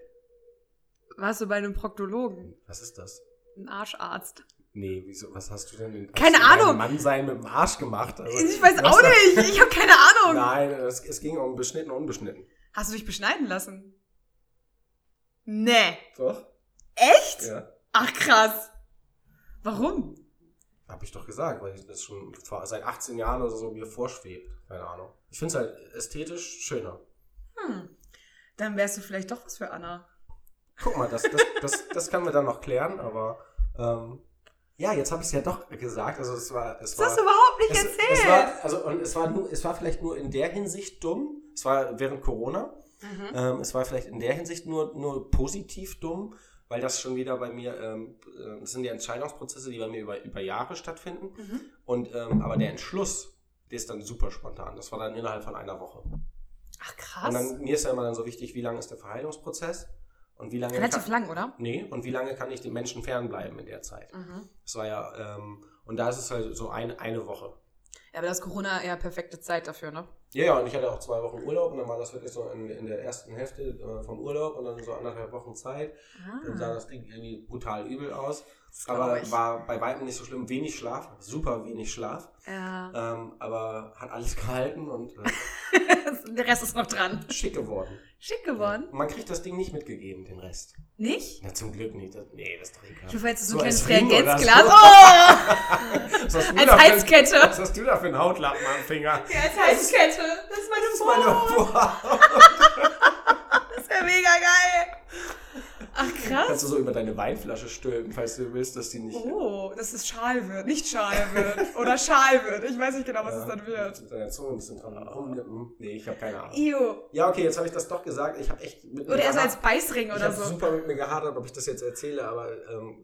Warst du bei einem Proktologen? Was ist das? Ein Arscharzt? Nee, wieso, was hast du denn? hast Keine du deinen Ahnung. Mann sein mit dem Arsch gemacht. Also, Ich weiß du auch hast doch- nicht. Ich habe keine Ahnung. Nein, es, es ging um beschnitten und unbeschnitten. Hast du dich beschneiden lassen? Nee. Doch? Echt? Ja. Ach krass. Warum? Hab ich doch gesagt, weil das schon vor, seit 18 Jahren oder so mir vorschwebt. Keine Ahnung. Ich finde es halt ästhetisch schöner. Hm. Dann wärst du vielleicht doch was für Anna. Guck mal, das, das, das, das können wir dann noch klären, aber ähm, ja, jetzt habe ich es ja doch gesagt. Also es war. Es Das war, hast du überhaupt nicht es, erzählt. Es war, also, und es war, nur, es war vielleicht nur in der Hinsicht dumm. Es war während Corona. mhm. Ähm, es war vielleicht in der Hinsicht nur, nur positiv dumm, weil das schon wieder bei mir, ähm, äh, das sind ja Entscheidungsprozesse, die bei mir über, über Jahre stattfinden. Mhm. Und, ähm, aber der Entschluss, der ist dann super spontan. Das war dann innerhalb von einer Woche. Ach krass. Und dann, mir ist ja immer dann so wichtig, wie lange ist der Verheilungsprozess und wie lange. Relativ kann- lang, oder? Nee, und wie lange kann ich den Menschen fernbleiben in der Zeit? Mhm. Das war ja, ähm, und da ist es halt so ein, eine Woche. Ja, aber das Corona eher perfekte Zeit dafür, ne? Ja, ja, und ich hatte auch zwei Wochen Urlaub und dann war das wirklich so in, in der ersten Hälfte äh, vom Urlaub und dann so anderthalb Wochen Zeit. Ah. Dann sah das Ding irgendwie brutal übel aus. Aber war bei weitem nicht so schlimm. Wenig Schlaf, super wenig Schlaf. Ah, Ja. Ähm, aber hat alles *laughs* gehalten und äh, *laughs* Der Rest ist noch dran. schick geworden. Schick geworden. Und Man kriegt das Ding nicht mitgegeben, den Rest. Nicht? Na, zum Glück nicht. Das, nee, das ist doch egal. Ich *laughs* hoffe, jetzt ist so So ein kleines als Ring oder Reagenzglas. so. Oh! Was hast du Als da für- Halskette. Was hast du da für einen Hautlappen am Finger? Ja, als Halskette. Das ist meine Das ist meine Das wäre mega geil. Ach krass. Kannst du so über deine Weinflasche stülpen, falls du willst, dass die nicht. Oh, dass es schal wird, nicht schal wird. Oder schal wird. Ich weiß nicht genau, was Ja, es dann wird. äh, Mit deiner Zunge ein bisschen dran rumnippen. Nee, ich habe keine Ahnung. Ew. Ja, okay, jetzt habe ich das doch gesagt. Ich habe echt mit mir Oder eher so gehadert. als Beißring Ich oder habe so. super mit mir gehadert, ob ich das jetzt erzähle, aber ähm,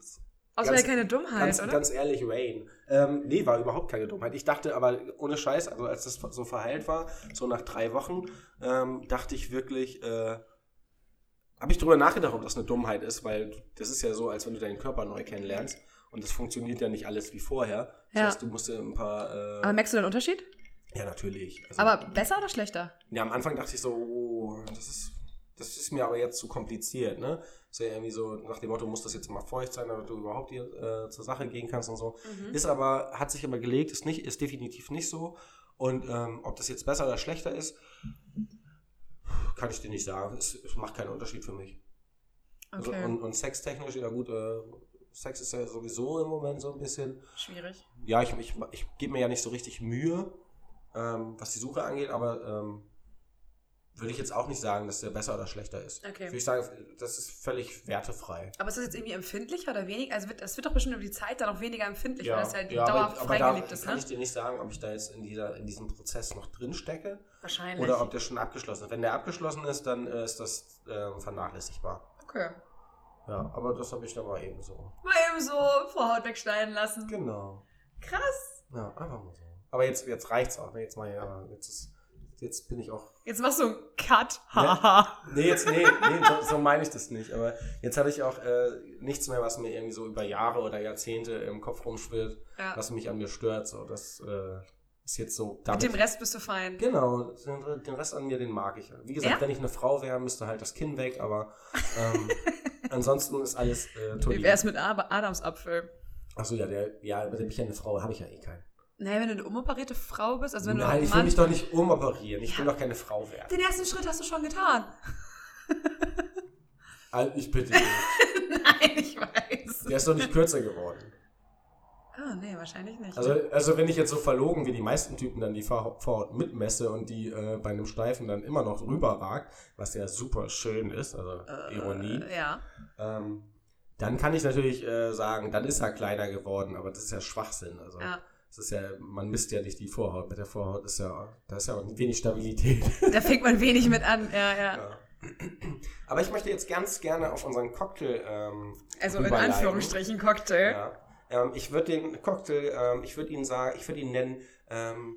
Außer ganz- ja keine Dummheit, ganz, oder? ganz ehrlich, Rain. Ähm, nee, war überhaupt keine Dummheit. Ich dachte aber, ohne Scheiß, also als das so verheilt war, so nach drei Wochen, ähm, dachte ich wirklich, äh, habe ich drüber nachgedacht, ob das eine Dummheit ist, weil das ist ja so, als wenn du deinen Körper neu kennenlernst und das funktioniert ja nicht alles wie vorher. Das Ja. heißt, du musst dir ein paar. aber Äh, merkst du den Unterschied? ja, natürlich. Also, Aber besser oder schlechter? ja, am Anfang dachte ich so, oh, das ist, das ist mir aber jetzt zu kompliziert, ne? Ist ja irgendwie so nach dem Motto, muss das jetzt mal feucht sein, damit du überhaupt hier, äh, zur Sache gehen kannst und so. Mhm. Ist aber, hat sich aber gelegt, ist nicht, ist definitiv nicht so. Und ähm, ob das jetzt besser oder schlechter ist, kann ich dir nicht sagen. Es, es macht keinen Unterschied für mich. Also, Okay, und, und sextechnisch, ja gut, äh, Sex ist ja sowieso im Moment so ein bisschen schwierig. ja, ich, ich, ich gebe mir ja nicht so richtig Mühe, ähm, was die Suche angeht, aber ähm, würde ich jetzt auch nicht sagen, dass der besser oder schlechter ist. Okay. Würde ich sagen, das ist völlig wertefrei. Aber ist das jetzt irgendwie empfindlicher oder weniger? Also wird, es wird doch bestimmt über die Zeit dann auch weniger empfindlich, weil es ja, halt dauerhaft freigelegt da ist, kann ne? ich dir nicht sagen, ob ich da jetzt in, dieser, in diesem Prozess noch drin stecke Wahrscheinlich. oder ob der schon abgeschlossen ist. Wenn der abgeschlossen ist, dann äh, ist das ähm, vernachlässigbar. okay. Ja, aber das habe ich dann mal eben so. Mal eben so Vorhaut wegschneiden lassen. Genau. Krass. Ja, einfach mal so. Aber jetzt, jetzt reicht's auch. Ne? Jetzt, mal, ja, jetzt, ist, jetzt bin ich auch Jetzt machst du einen Cut. Ne? Haha. Nee, jetzt, nee, nee so, so meine ich das nicht. Aber jetzt hatte ich auch äh, nichts mehr, was mir irgendwie so über Jahre oder Jahrzehnte im Kopf rumschwirrt, ja. was mich an mir stört. So, das äh, ist jetzt so. Ah. Mit dem Rest bist du fein. Genau, den, den Rest an mir, den mag ich. Wie gesagt, Ja? wenn ich eine Frau wäre, müsste halt das Kinn weg, aber *laughs* ähm, ansonsten ist alles äh, Wie toll. wär's mit Ab- Adamsapfel? Achso, ja, der, ja, mit dem ich ja eine Frau habe ich ja eh keinen. Naja, wenn du eine umoperierte Frau bist, also wenn du Nein, ein ich will Mann... mich doch nicht umoperieren. Ich Ja. will doch keine Frau werden. Den ersten Schritt hast du schon getan. *laughs* Also, ich bitte dich. Nein, ich weiß. Der ist doch nicht kürzer geworden. Ah, nee, wahrscheinlich nicht. Also, also wenn ich jetzt so verlogen wie die meisten Typen dann die Vor- Vorhaut mitmesse und die äh, bei einem Steifen dann immer noch rüberragt, was ja super schön ist, also Äh, Ironie, Ja. ähm, dann kann ich natürlich äh, sagen, dann ist er kleiner geworden, aber das ist ja Schwachsinn. Also Ja. das ist ja, man misst ja nicht die Vorhaut. Mit der Vorhaut ist ja, da ist ja auch wenig Stabilität. Da fängt man wenig mit an. Ja, ja. Ja. *clears throat* Aber ich möchte jetzt ganz gerne auf unseren Cocktail ähm, Also in rüberleiten. Anführungsstrichen Cocktail. Ja. Ähm, ich würde den Cocktail, ähm, ich würde ihn sagen, ich würde ihn nennen ähm,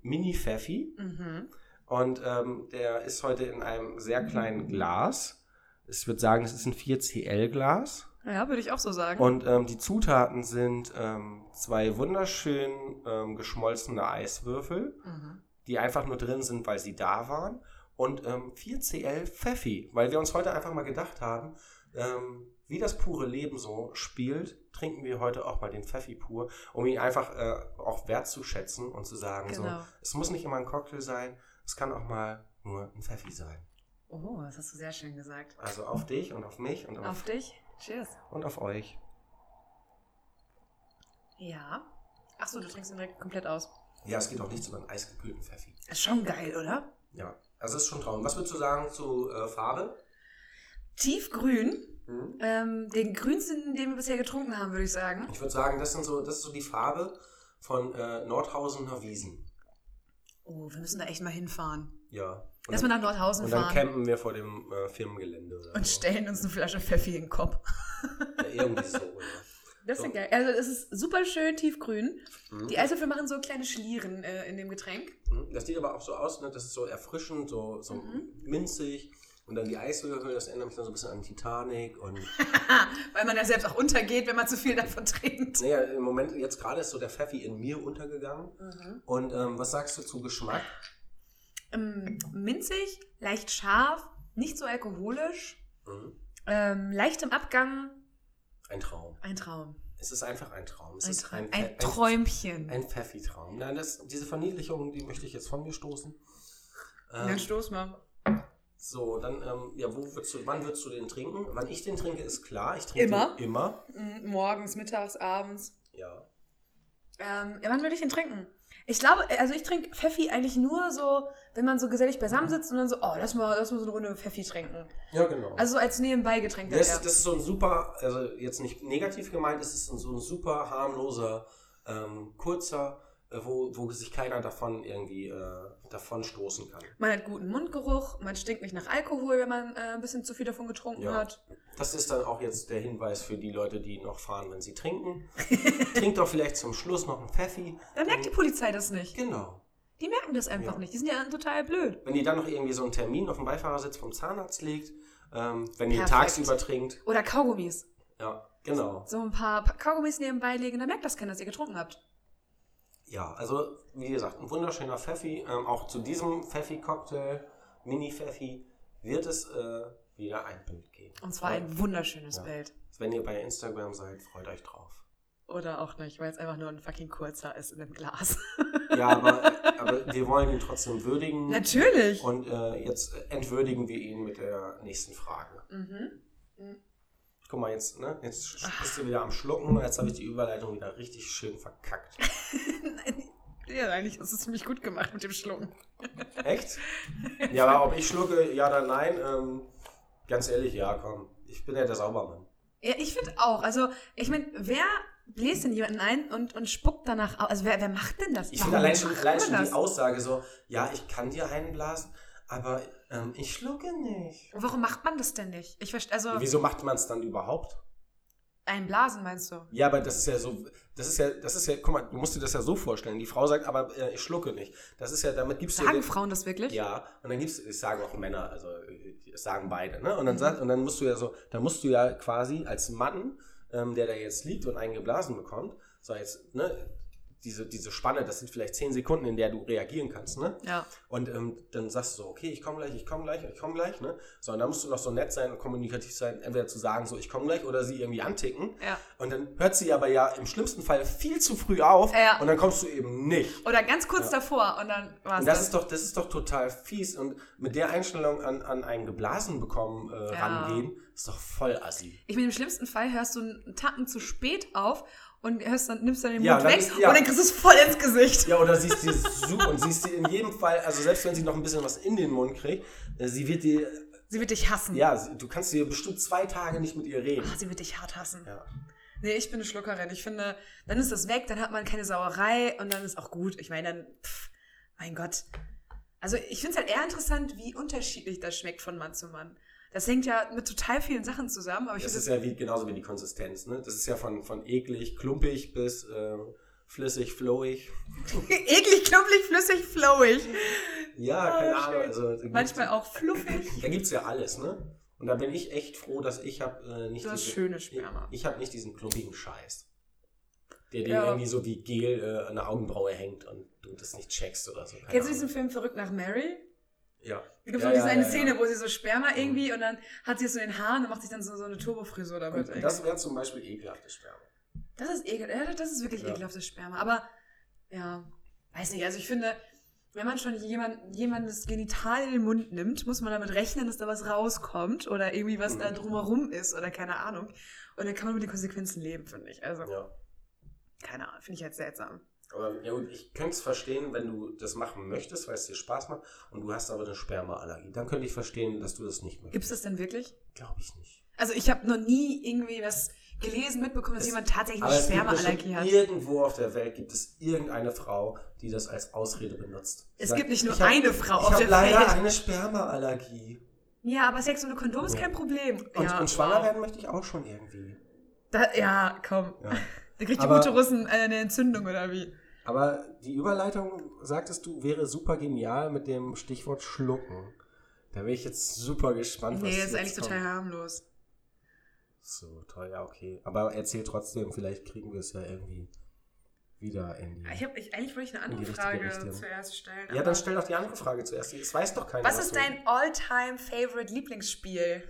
Mini Pfeffi. Mhm. Und ähm, der ist heute in einem sehr kleinen Glas. Ich würde sagen, es ist ein 4cl-Glas. Ja, würde ich auch so sagen. Und ähm, die Zutaten sind ähm, zwei wunderschön ähm, geschmolzene Eiswürfel, mhm. die einfach nur drin sind, weil sie da waren. Und ähm, 4cl Pfeffi, weil wir uns heute einfach mal gedacht haben, ähm, wie das pure Leben so spielt, trinken wir heute auch mal den Pfeffi pur, um ihn einfach äh, auch wertzuschätzen und zu sagen, so, Genau. es muss nicht immer ein Cocktail sein, es kann auch mal nur ein Pfeffi sein. Oh, das hast du sehr schön gesagt. Also auf dich und auf mich und auf, Auf dich. Cheers. und auf euch. Ja. Achso, du trinkst ihn direkt komplett aus. Ja, es geht auch nichts über einen eisgekühlten Pfeffi. Ist schon geil, oder? Ja, also es ist schon traumhaft. Was würdest du sagen zu äh, Farbe? Tiefgrün. Ähm, den grünsten, den wir bisher getrunken haben, würde ich sagen. Ich würde sagen, das, sind so, das ist so die Farbe von äh, Nordhausener Wiesen. Oh, wir müssen da echt mal hinfahren. Ja. Und Lass mal dann, nach Nordhausen und dann fahren. campen wir vor dem äh, Firmengelände. Oder Und so. stellen uns eine Flasche Pfeffi in den Kopf. Ja, irgendwie so. Oder? Das So. ist geil. Also es ist super schön tiefgrün. Mhm. Die Eiswürfel machen so kleine Schlieren äh, in dem Getränk. Mhm. Das sieht aber auch so aus, ne? das ist so erfrischend, so, so Mhm. minzig. Und dann die Eiswürfel, das erinnert mich dann so ein bisschen an Titanic. Und Weil man ja selbst auch untergeht, wenn man zu viel davon trinkt. naja, im Moment, jetzt gerade ist so der Pfeffi in mir untergegangen. Und ähm, was sagst du zu Geschmack? Ähm, minzig, leicht scharf, nicht so alkoholisch, Mhm. ähm, leicht im Abgang. Ein Traum. Ein Traum. Es ist einfach ein Traum. Es Ein, ist Traum. ein, Pfe- Träumchen. Ein Pfeffi-Traum. Nein, das, diese Verniedlichung, die möchte ich jetzt von mir stoßen. Ähm, Dann stoß mal. so, dann, ähm, ja, wo würdest du, wann würdest du den trinken? Wann ich den trinke, ist klar. Ich trinke Immer? Den immer. Mm, Morgens, mittags, abends. Ja. Ähm, ja, wann würde ich den trinken? Ich glaube, also ich trinke Pfeffi eigentlich nur so, wenn man so gesellig beisammen sitzt und dann so, oh, lass mal, lass mal so eine Runde Pfeffi trinken. Ja, genau. Also so als Nebenbeigetränk. das, ja. ist, das ist so ein super, also jetzt nicht negativ gemeint, das ist so ein super harmloser, ähm, kurzer, äh, wo, wo sich keiner davon irgendwie äh, davon stoßen kann. Man hat guten Mundgeruch, man stinkt nicht nach Alkohol, wenn man äh, ein bisschen zu viel davon getrunken Ja. hat. Das ist dann auch jetzt der Hinweis für die Leute, die noch fahren, wenn *laughs* sie trinken. Trinkt doch vielleicht zum Schluss noch einen Pfeffi. Dann merkt die Ähm, Polizei das nicht. Genau. Die merken das einfach Ja. nicht. Die sind ja total blöd. Wenn ihr dann noch irgendwie so einen Termin auf dem Beifahrersitz vom Zahnarzt legt, ähm, wenn ihr Perfekt. tagsüber trinkt, Oder Kaugummis. ja, genau. So ein paar Pa- Kaugummis nebenbei legen, dann merkt das keiner, dass ihr getrunken habt. Ja, also wie gesagt, ein wunderschöner Pfeffi. Ähm, auch zu diesem Pfeffi-Cocktail, Mini-Pfeffi, wird es äh, wieder ein Bild geben. Und zwar ein wunderschönes Ja. Bild. Wenn ihr bei Instagram seid, freut euch drauf. Oder auch nicht, weil es einfach nur ein fucking kurzer ist in einem Glas. *laughs* Ja, aber, aber wir wollen ihn trotzdem würdigen. Natürlich! Und äh, jetzt entwürdigen wir ihn mit der nächsten Frage. Mhm. Guck mal, jetzt, ne? Jetzt sch- bist du wieder am Schlucken. Jetzt habe ich die Überleitung wieder richtig schön verkackt. Ja, eigentlich ist es ziemlich gut gemacht mit dem Schlucken. Echt? Ja, aber ob ich schlucke, ja oder nein, ähm, ganz ehrlich, ja, komm. Ich bin ja der Saubermann. Ja, ich finde auch. Also, ich meine, wer bläst denn jemanden ein und, und spuckt danach aus? Also, wer, wer macht denn das? Ich Warum finde allein schon, macht allein man schon die das? Aussage so, ja, ich kann dir einblasen, aber ähm, ich schlucke nicht. Warum macht man das denn nicht? Ich verstehe, also, Wieso macht man es dann überhaupt? ein Blasen meinst du? Ja, aber das ist ja so, das ist ja, das ist ja, guck mal, du musst dir das ja so vorstellen. Die Frau sagt, aber äh, ich schlucke nicht. Das ist ja, damit gibst du ja Sagen den- Frauen das wirklich? Ja, und dann gibt's, es sagen auch Männer, also äh, es sagen beide, ne? Und dann sagt, und dann musst du ja so, dann musst du ja quasi als Mann, ähm, der da jetzt liegt und einen geblasen bekommt, so jetzt, ne, diese, diese Spanne, das sind vielleicht zehn Sekunden, in der du reagieren kannst, ne? Ja. Und ähm, dann sagst du so, okay, ich komme gleich, ich komme gleich, ich komme gleich, ne? So, und dann musst du noch so nett sein und kommunikativ sein, entweder zu sagen, so, ich komme gleich oder sie irgendwie anticken. Ja. Und dann hört sie aber ja im schlimmsten Fall viel zu früh auf Ja. und dann kommst du eben nicht. Oder ganz kurz davor und dann war es Und das ist doch, das ist doch total fies. Und mit der Einstellung an, an einen geblasen bekommen äh, Ja. rangehen, ist doch voll assi. Ich meine, im schlimmsten Fall hörst du einen Tacken zu spät auf und hörst dann, nimmst dann den Ja, Mund dann weg ist- ja. und dann kriegst du es voll ins Gesicht. Ja, oder siehst sie so und siehst sie in jedem Fall, also selbst wenn sie noch ein bisschen was in den Mund kriegt, äh, sie wird dir, Sie wird dich hassen. ja, sie- du kannst dir bestimmt zwei Tage nicht mit ihr reden. Ach, sie wird dich hart hassen. Ja. Nee, ich bin eine Schluckerin. Ich finde, dann ist das weg, dann hat man keine Sauerei und dann ist auch gut. Ich meine, dann, pff, mein Gott. Also ich finde es halt eher interessant, wie unterschiedlich das schmeckt von Mann zu Mann. Das hängt ja mit total vielen Sachen zusammen, aber ich Das finde ist es ja wie, genauso wie die Konsistenz, ne? Das ist ja von, von eklig, klumpig bis äh, flüssig, flowig. *laughs* eklig, klumpelig, flüssig, flowig. Ja, Ah, keine schön. Ahnung. Also, da gibt's- Manchmal auch fluffig. Da gibt es ja alles, ne? Und da bin ich echt froh, dass ich habe äh, nicht Du hast diese- schöne Sperma. Ich, ich habe nicht diesen klumpigen Scheiß. Der dir Ja. irgendwie so wie Gel äh, an der Augenbraue hängt und du das nicht checkst oder so. Keine Kennst du Ahnung. diesen Film Verrückt nach Mary? Ja. Da gibt es Ja, auch diese ja, eine ja, Mhm. Szene, ja. wo sie so Sperma irgendwie und dann hat sie es so in den Haaren und macht sich dann so, so eine Turbofrisur damit. Und das wäre zum Beispiel ekelhafte Sperma. das ist ekel, ja, das ist wirklich Ja. ekelhaftes Sperma. Aber ja, weiß nicht. Also ich finde, wenn man schon jemand, jemandes Genital in den Mund nimmt, muss man damit rechnen, dass da was rauskommt oder irgendwie was Mhm. da drumherum ist oder keine Ahnung. Und dann kann man mit den Konsequenzen leben, finde ich. Also Ja. keine Ahnung, finde ich halt seltsam. Aber ja gut, ich könnte es verstehen, wenn du das machen möchtest, weil es dir Spaß macht und du hast aber eine Spermaallergie. Dann könnte ich verstehen, dass du das nicht Gibt es möchtest. das denn wirklich? Glaube ich nicht. Also ich habe noch nie irgendwie was gelesen, mitbekommen, dass Es- jemand tatsächlich Aber eine es gibt Spermaallergie bestimmt hat. irgendwo auf der Welt gibt es irgendeine Frau, die das als Ausrede benutzt. Es Sagt, gibt nicht nur ich hab- eine Frau Ich auf habe der leider Welt. eine Spermaallergie. Ja, aber Sex ohne Kondom ist Ja. kein Problem. Und, ja, und schwanger wow. werden möchte ich auch schon irgendwie. Da, ja, komm. Ja. Da kriegt Aber- die gute Russen äh, eine Entzündung oder wie? Aber die Überleitung, sagtest du, wäre super genial mit dem Stichwort Schlucken. Da bin ich jetzt super gespannt, was Nee, jetzt ist eigentlich kommt. total harmlos. So, toll, ja, okay. Aber erzähl trotzdem, vielleicht kriegen wir es ja irgendwie wieder in die... Ich hab, ich, eigentlich wollte ich eine andere In die richtige Frage Richtung. zuerst stellen. Ja, aber- dann stell doch die andere Frage zuerst. Es weiß doch keiner. Was ist du- dein all-time favorite Lieblingsspiel?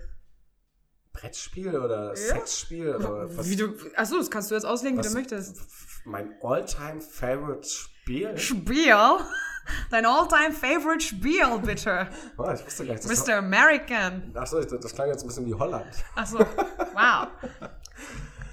Brettspiel oder Sexspiel? Oder *laughs* was? Wie du, achso, das kannst du jetzt auslegen, wie was- du möchtest. Mein *laughs* All-Time-Favorite-Spiel? Spiel? Dein all-time favorite Spiel, bitte. Oh, ich wusste gleich, das Mr. American. *laughs* Achso, das klang jetzt ein bisschen wie Holland. Achso, wow.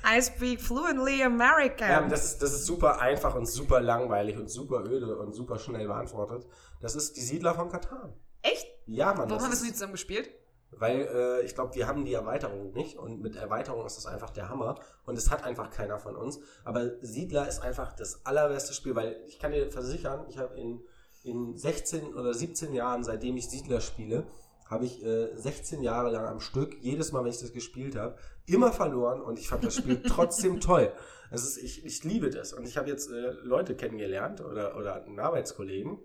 I speak fluently American. Ja, Ähm, das, ist, das ist super einfach und super langweilig und super öde und super schnell beantwortet. Das ist die Siedler von Katan. Echt? Ja, Mann. Warum haben wir es das ist, nicht zusammen gespielt? weil äh, ich glaube, wir haben die Erweiterung nicht und mit Erweiterung ist das einfach der Hammer und es hat einfach keiner von uns. Aber Siedler ist einfach das allerbeste Spiel, weil ich kann dir versichern, ich habe in, in 16 oder 17 Jahren, seitdem ich Siedler spiele, habe ich äh, 16 Jahre lang am Stück, jedes Mal, wenn ich das gespielt habe, immer verloren und ich fand das Spiel trotzdem toll. Es ist, ich, ich liebe das. Und ich habe jetzt äh, Leute kennengelernt oder, oder einen Arbeitskollegen,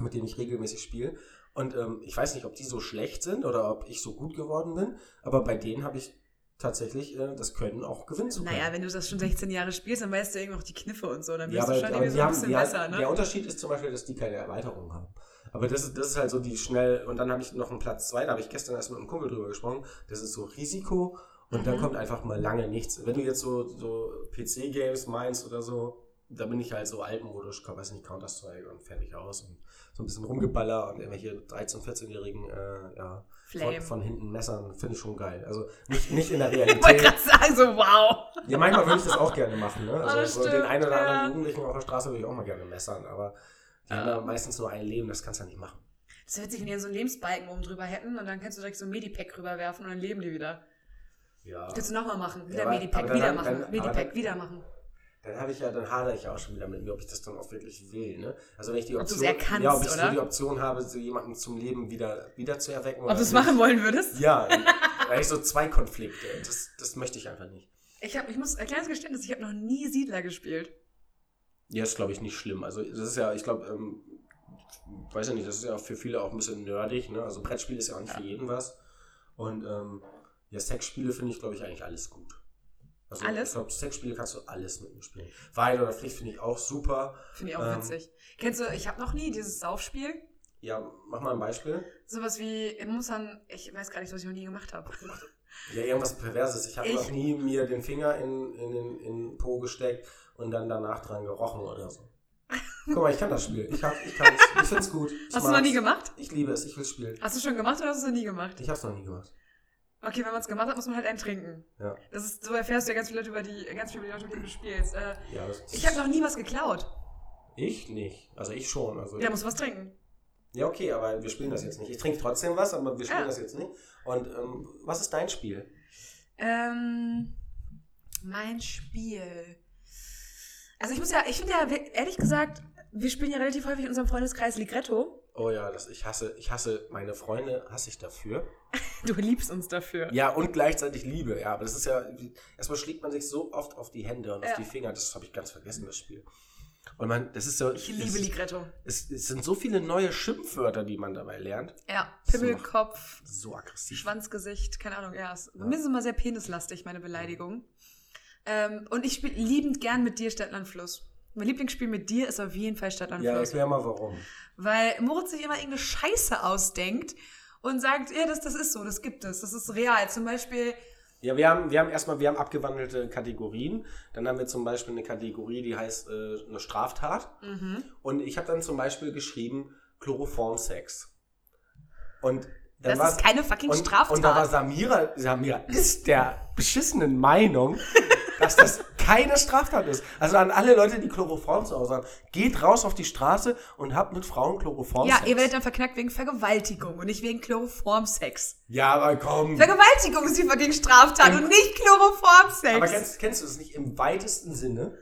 mit denen ich regelmäßig spiele. Und ähm, ich weiß nicht, ob die so schlecht sind oder ob ich so gut geworden bin, aber bei denen habe ich tatsächlich äh, das Können auch gewinnen zu können. Naja, wenn du das schon 16 Jahre spielst, dann weißt du irgendwo auch die Kniffe und so. Dann Ja, bist aber, du schon aber irgendwie so die ein haben, bisschen die besser, haben, ne? Der Unterschied ist zum Beispiel, dass die keine Erweiterung haben. Aber das ist, das ist halt so die schnell. Und dann habe ich noch einen Platz zwei, da habe ich gestern erst mit einem Kumpel drüber gesprochen. Das ist so Risiko und Mhm. dann kommt einfach mal lange nichts. Wenn du jetzt so, so PC-Games meinst oder so, da bin ich halt so altmodisch, kann, weiß nicht, Counter-Strike und fertig aus und so ein bisschen rumgeballer und irgendwelche 13-, 14-Jährigen, äh, ja, von, Flame. von hinten Messern, finde ich schon geil. Also nicht, nicht in *laughs* der ich wollte Realität. gerade sagen, so wow. Ja, manchmal würde ich das auch gerne machen. Ne? Also Oh, das so den stimmt, einen oder anderen ja. Jugendlichen auf der Straße würde ich auch mal gerne messern, aber die haben ja meistens nur ein Leben, das kannst du ja nicht machen. Das wäre witzig, wenn die so einen Lebensbalken oben drüber hätten und dann kannst du direkt so ein Medipack rüberwerfen und dann leben die wieder. Ja. Kannst du nochmal machen. Ja, Wieder aber- Medipack, aber wieder dann- machen. dann- Medipack, aber- wieder machen. Dann habe ich ja, dann hadere ich auch schon wieder mit mir, ob ich das dann auch wirklich will. Ne? Also wenn ich die Ob du's Option, erkannst, ja, ob ich oder? so die Option habe, so jemanden zum Leben wieder, wieder zu erwecken. Ob du es machen wollen würdest? Ja, weil ich so zwei Konflikte. Das, das möchte ich einfach nicht. Ich, hab, ich muss ein kleines Geständnis, ich habe noch nie Siedler gespielt. Ja, ist glaube ich nicht schlimm. Also das ist ja, ich glaube, ähm, weiß ja nicht, das ist ja für viele auch ein bisschen nerdig, ne? Also Brettspiel ist ja auch nicht für jeden was. Und ähm, ja, Sexspiele finde ich, glaube ich, eigentlich alles gut. Also, Alles? Ich glaube, Sexspiele kannst du alles mit mir spielen. Wahrheit oder Pflicht finde ich auch super. Finde ich auch Ähm. witzig. Kennst du, ich habe noch nie dieses Saufspiel. Ja, mach mal ein Beispiel. Sowas wie, ich muss dann, ich weiß gar nicht, was ich noch nie gemacht habe. Ja, irgendwas Perverses. Ich habe Ich- noch nie mir den Finger in, in, den, in den Po gesteckt und dann danach dran gerochen oder so. Guck mal, ich kann das Spiel. Ich, hab, ich kann's. Ich find's gut. Ich Hast du noch nie mag's. gemacht? Ich liebe es. Ich will spielen. Hast du schon gemacht oder hast du es noch nie gemacht? Ich hab's noch nie gemacht. Okay, wenn man es gemacht hat, muss man halt einen trinken. Ja. Das ist, so erfährst du ja ganz viel Leute über die, ganz viel über die Leute, mit denen du spielst. Äh, Ja, das ich habe noch nie was geklaut. Ich nicht. Also ich schon. Also Ja, ja. muss was trinken. okay, aber wir spielen das jetzt nicht. Ich trinke trotzdem was, aber wir spielen Ja. das jetzt nicht. Und ähm, was ist dein Spiel? Ähm, mein Spiel. Also ich muss ja, ich finde ja, wir- ehrlich gesagt, wir spielen ja relativ häufig in unserem Freundeskreis Ligretto. Oh ja, das, ich hasse, ich hasse meine Freunde, hasse ich dafür. Du liebst uns dafür. Ja, und gleichzeitig Liebe, ja. Aber das ist ja, erstmal schlägt man sich so oft auf die Hände und Ja. auf die Finger, das habe ich ganz vergessen, das Spiel. Und man, das ist so. Ich liebe es, Ligretto. es, es sind so viele neue Schimpfwörter, die man dabei lernt. Ja, Pimmelkopf, So aggressiv. Schwanzgesicht, keine Ahnung, ja. Es, Ja. Mir sind immer sehr penislastig, meine Beleidigungen. Ähm, und ich spiele liebend gern mit dir Stadtland Fluss. Mein Lieblingsspiel mit dir ist auf jeden Fall Stadtland Ja, Fluss. erklär mal warum. Weil Moritz sich immer irgendeine Scheiße ausdenkt und sagt, ja, das, das ist so, das gibt es, das ist real. Zum Beispiel, Ja, wir haben, wir haben erstmal, wir haben abgewandelte Kategorien. Dann haben wir zum Beispiel eine Kategorie, die heißt äh, eine Straftat. Mhm. Und ich habe dann zum Beispiel geschrieben Chloroformsex. Und das dann war- ist keine fucking und, Straftat. Und da war Samira, Samira ist der beschissenen *laughs* Meinung, dass das keine Straftat ist. Also an alle Leute, die Chloroform zu Hause haben, geht raus auf die Straße und habt mit Frauen Chloroformsex. ja, ihr werdet dann verknackt wegen Vergewaltigung und nicht wegen Chloroformsex. Ja, aber komm. Vergewaltigung ist die fucking Straftat und nicht Chloroformsex. Aber kennst, kennst du das nicht im weitesten Sinne?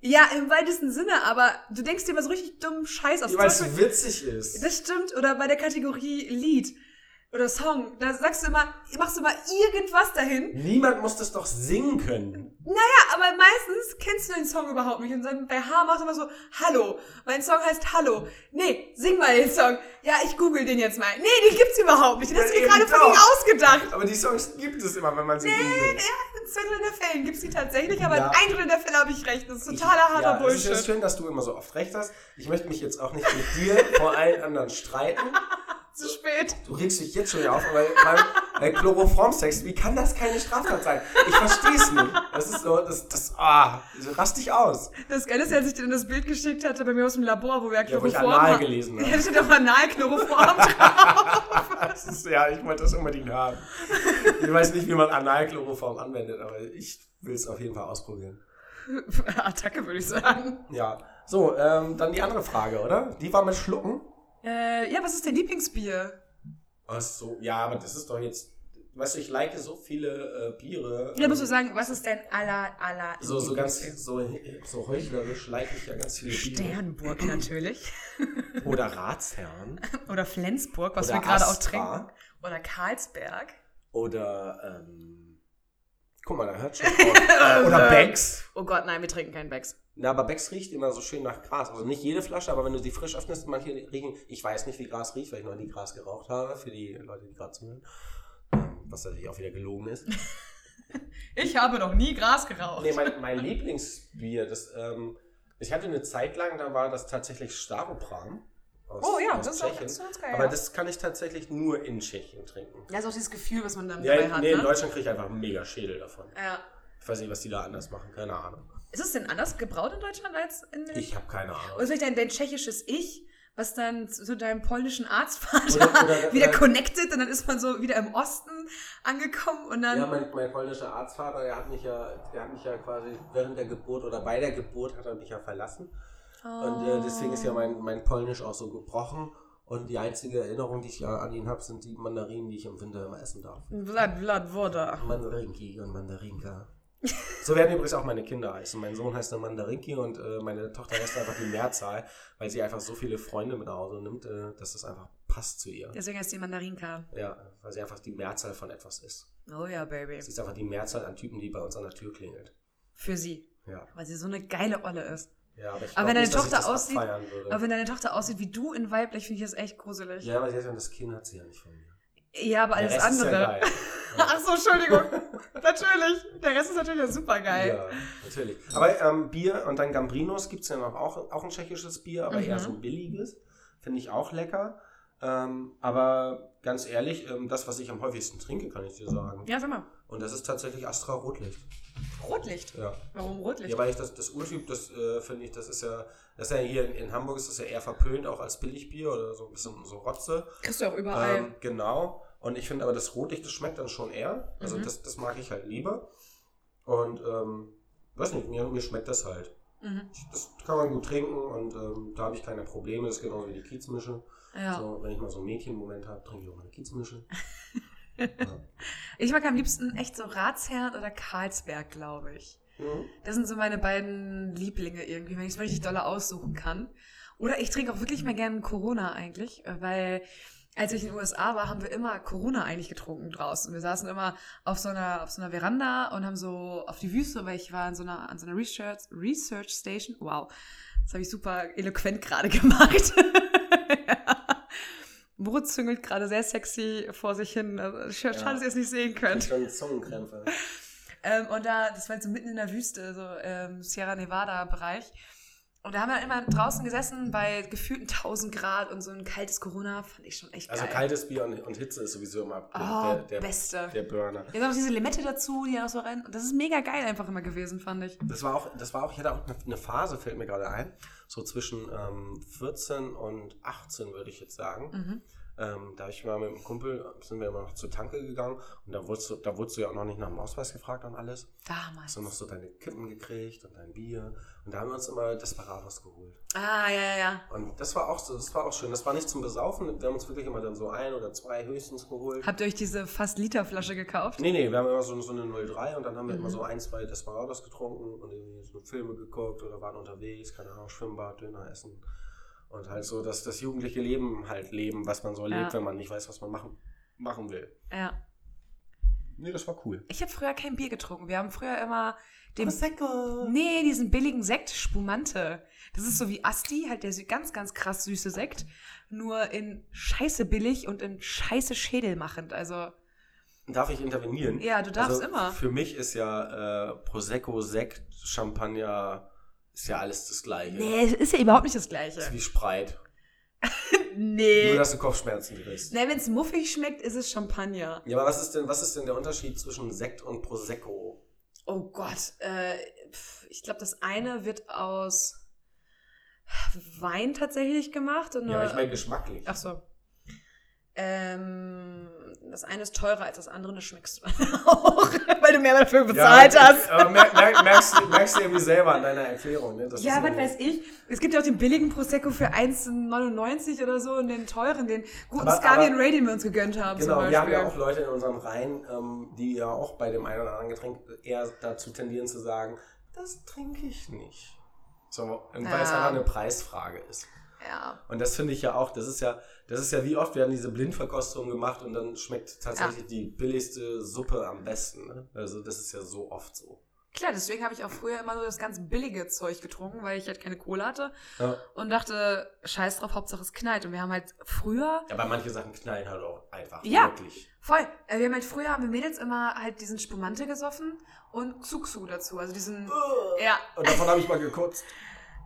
Ja, im weitesten Sinne, aber du denkst dir mal so richtig dummen Scheiß aus. Weil es witzig ist. das stimmt, oder bei der Kategorie Lied oder Song, da sagst du immer, machst du mal irgendwas dahin. Niemand muss das doch singen können. Ja, aber meistens kennst du den Song überhaupt nicht. Und dann bei H machst du immer so, Hallo, mein Song heißt Hallo. Nee, sing mal den Song. Ja, ich google den jetzt mal. Nee, den gibt's überhaupt nicht. Den hast du dir Ja, gerade eben genau. fucking doch. ausgedacht. Aber die Songs gibt es immer, wenn man sie googelt. In zwei Drittel der Fällen gibt's die tatsächlich, aber Ja. in ein Drittel der Fälle habe ich recht. Das ist totaler harter ja, Bullshit. Es ist schön, dass du immer so oft recht hast. Ich möchte mich jetzt auch nicht mit dir vor allen anderen streiten. Zu spät. Du regst dich jetzt schon wieder auf, weil beim, bei Chloroformsex, wie kann das keine Straftat sein? Ich verstehe es nicht. Das ist so, das, das, ah, rast dich aus. Das Geile ist, als ich dir dann das Bild geschickt hatte bei mir aus dem Labor, wo wir Ja, wo ich Chloroform anal haben. *laughs* gelesen Da habe. steht auch Analchloroform drauf. Das ist, ja, ich wollte das unbedingt haben. Ich weiß nicht, wie man Analchloroform anwendet, aber ich will es auf jeden Fall ausprobieren. *laughs* Attacke, würde ich sagen. Ja. So, ähm, dann die andere Frage, oder? Die war mit Schlucken. Äh, ja, was ist dein Lieblingsbier? Ach so, ja, aber das ist doch jetzt. Weißt du, ich like so viele äh, Biere. Ja, musst du sagen, was ist dein aller, aller So, so ganz, Lieblingsbier? so, so heuchlerisch like ich ja ganz viele Biere. Sternburg natürlich. *laughs* Oder Ratsherren. Oder Flensburg, *laughs* was Oder wir gerade auch Astra. trinken. Oder Karlsberg. Oder, ähm. Guck mal, da *laughs* hört schon auf. Oder Becks. Oh Gott, nein, wir trinken keinen Becks. Na, aber Becks riecht immer so schön nach Gras. Also nicht jede Flasche, aber wenn du sie frisch öffnest, manche riechen. Ich weiß nicht, wie Gras riecht, weil ich noch nie Gras geraucht habe, für die Leute, die gerade zuhören. Ähm, Was natürlich auch wieder gelogen ist. Ich habe noch nie Gras geraucht. Nee, mein, mein Lieblingsbier, das, ähm, ich hatte eine Zeit lang, da war das tatsächlich Staropram. Aus, oh ja, aus das ist auch ganz, ganz geil. Aber ja. das kann ich tatsächlich nur in Tschechien trinken. Ja, ist auch dieses Gefühl, was man dann Ja, dabei hat. nee, in ne? Deutschland kriege ich einfach einen mega Schädel davon. ja. Ich weiß nicht, was die da anders machen, keine Ahnung. Ist es denn anders gebraut in Deutschland als in den Ich habe keine Oder Ahnung. vielleicht dein, dein tschechisches Ich, was dann zu zu deinem polnischen Arztvater Oder- *laughs* oder- wieder oder- connected und dann ist man so wieder im Osten angekommen und dann. Ja, mein, mein polnischer Arztvater, der hat mich ja, der hat mich ja quasi während der Geburt oder bei der Geburt hat er mich ja verlassen. Und äh, deswegen ist ja mein, mein Polnisch auch so gebrochen. Und die einzige Erinnerung, die ich ja an ihn habe, sind die Mandarinen, die ich im Winter immer essen darf. Vlad, Vlad, Voda. Mandarinki und Mandarinka. So werden übrigens auch meine Kinder heißen. Mein Sohn heißt dann Mandarinki und äh, meine Tochter heißt einfach die Mehrzahl, weil sie einfach so viele Freunde mit nach Hause nimmt, äh, dass das einfach passt zu ihr. Deswegen heißt die Mandarinka. Ja, weil sie einfach die Mehrzahl von etwas ist. Oh ja, Baby. Sie ist einfach die Mehrzahl an Typen, die bei uns an der Tür klingelt. Für sie. Ja. Weil sie so eine geile Olle ist. ja aber ich Aber glaub wenn deine nicht, dass ich Tochter das aussieht- abfeiern würde. Aber wenn deine Tochter aussieht wie du in weiblich, finde ich das echt gruselig. ja, aber sie hat ja das Kind hat sie ja nicht von mir. Ja, aber alles Der Rest andere. Ist ja geil. ne? *laughs* Ach so, Entschuldigung. natürlich. Der Rest ist natürlich super geil. Ja, natürlich. Aber ähm, Bier und dann Gambrinos gibt es ja noch auch, auch ein tschechisches Bier, aber Mhm. eher so ein billiges. Finde ich auch lecker. Ähm, aber ganz ehrlich, ähm, das, was ich am häufigsten trinke, kann ich dir sagen. Ja, sag mal. Und das ist tatsächlich Astra Rotlicht. Rotlicht. Ja. Warum Rotlicht? Ja, weil ich das, das Urtyp, das äh, finde ich, das ist ja, das ist ja hier in, in Hamburg ist das ja eher verpönt, auch als Billigbier oder so ein bisschen so Rotze. Kriegst du auch überall. Ähm, genau. Und ich finde aber das Rotlicht, das schmeckt dann schon eher. Also Mhm. das, das mag ich halt lieber. Und ähm, weiß nicht, mir, mir schmeckt das halt. mhm. Das kann man gut trinken und ähm, da habe ich keine Probleme. Das ist genauso wie die Kiezmische. Ja. So, wenn ich mal so einen Mädchenmoment habe, trinke ich auch mal *laughs* eine Kiezmische. ja. Ich mag am liebsten echt so Ratsherrn oder Karlsberg, glaube ich. Mhm. Das sind so meine beiden Lieblinge irgendwie, wenn ich es richtig dolle aussuchen kann. Oder ich trinke auch wirklich mal gerne Corona eigentlich, äh, weil als ich in den USA war, haben wir immer Corona eigentlich getrunken draußen. Wir saßen immer auf so einer, auf so einer Veranda und haben so auf die Wüste, weil ich war in so einer, an so einer Research, Research Station. Wow, das habe ich super eloquent gerade *laughs* gemacht. ja. Moritz züngelt gerade sehr sexy vor sich hin. Also, sch- Schade, Ja. dass ihr es nicht sehen Ich krieg könnt. schon Zungenkrämpfe. Ähm, und da, das war halt so mitten in der Wüste, so ähm, Sierra Nevada-Bereich. Und da haben wir dann immer draußen gesessen bei gefühlten 1000 Grad und so ein kaltes Corona fand ich schon echt Also geil. kaltes Bier und, und Hitze ist sowieso immer Oh, der, der, der, beste. der Burner. Jetzt auch diese Limette dazu, die auch so rein. Und das ist mega geil einfach immer gewesen, fand ich. Das war auch, das war auch, ich hatte auch eine- eine Phase, fällt mir gerade ein, so zwischen ähm, 14 und 18, würde ich jetzt sagen. Mhm. Ähm, da habe ich mal mit einem Kumpel, sind wir immer noch zur Tanke gegangen und da wurdest du, da wurdest du ja auch noch nicht nach dem Ausweis gefragt und alles. Damals. Hast du noch so deine Kippen gekriegt und dein Bier und da haben wir uns immer Desperados geholt. Ah, ja, ja, ja. Und das war auch so, das war auch schön. Das war nicht zum Besaufen, wir haben uns wirklich immer dann so ein oder zwei höchstens geholt. Habt ihr euch diese fast Literflasche gekauft? Nee, nee, wir haben immer so, so eine 03 und dann haben wir Mhm. immer so ein, zwei Desperados getrunken und irgendwie so Filme geguckt oder waren unterwegs, keine Ahnung, Schwimmbad, Döner essen. Und halt so das, das jugendliche Leben halt leben, was man so Ja. lebt, wenn man nicht weiß, was man machen, machen will. Ja. Nee, das war cool. Ich habe früher kein Bier getrunken. Wir haben früher immer den Prosecco. Nee, diesen billigen Sekt, Spumante. Das ist so wie Asti, halt der sü- ganz, ganz krass süße Sekt. Nur in scheiße billig und in scheiße schädelmachend. Also, Darf ich intervenieren? ja, du darfst Also, immer. Für mich ist ja äh, Prosecco, Sekt, Champagner, ist ja alles das Gleiche. Nee, es ist ja überhaupt nicht das Ist Gleiche. wie Spreit. *laughs* nee. Nur, dass du Kopfschmerzen kriegst. Nee, wenn es muffig schmeckt, ist es Champagner. Ja, aber was ist, denn, was ist denn der Unterschied zwischen Sekt und Prosecco? Oh Gott. Äh, pf, ich glaube, das eine wird aus Wein tatsächlich gemacht. Und Ja, nur- ich meine geschmacklich. Ach so. Ähm, das eine ist teurer als das andere, das schmeckst du *laughs* auch, weil du mehr dafür bezahlt ja, äh, hast. Aber mer mer merkst, du- merkst du irgendwie selber an deiner Erklärung. Ne? Das Ja, ist was irgendwie- weiß ich. Es gibt ja auch den billigen Prosecco für 1,99 oder so und den teuren, den guten Aber- Scavian aber- Ray, den wir uns gegönnt haben Genau, zum wir haben Beispiel. ja auch Leute in unseren Reihen, ähm, die ja auch bei dem einen oder anderen Getränk eher dazu tendieren zu sagen, das trinke ich nicht. So, und weil es Ja. einfach eine Preisfrage ist. ja. Und das finde ich ja auch, das ist ja, das ist ja wie oft werden diese Blindverkostungen gemacht und dann schmeckt tatsächlich die billigste Suppe am besten. Ne? Also das ist ja so oft so. Klar, deswegen habe ich auch früher immer nur das ganz billige Zeug getrunken, weil ich halt keine Kohle hatte Ja. und dachte, scheiß drauf, Hauptsache es knallt. Und wir haben halt früher Aber manche Sachen knallen halt auch einfach Ja. wirklich. Voll. Äh, Wir haben halt früher haben wir Mädels immer halt diesen Spumante gesoffen und Xuxu dazu. Also diesen. Ja. Und davon habe ich mal gekotzt.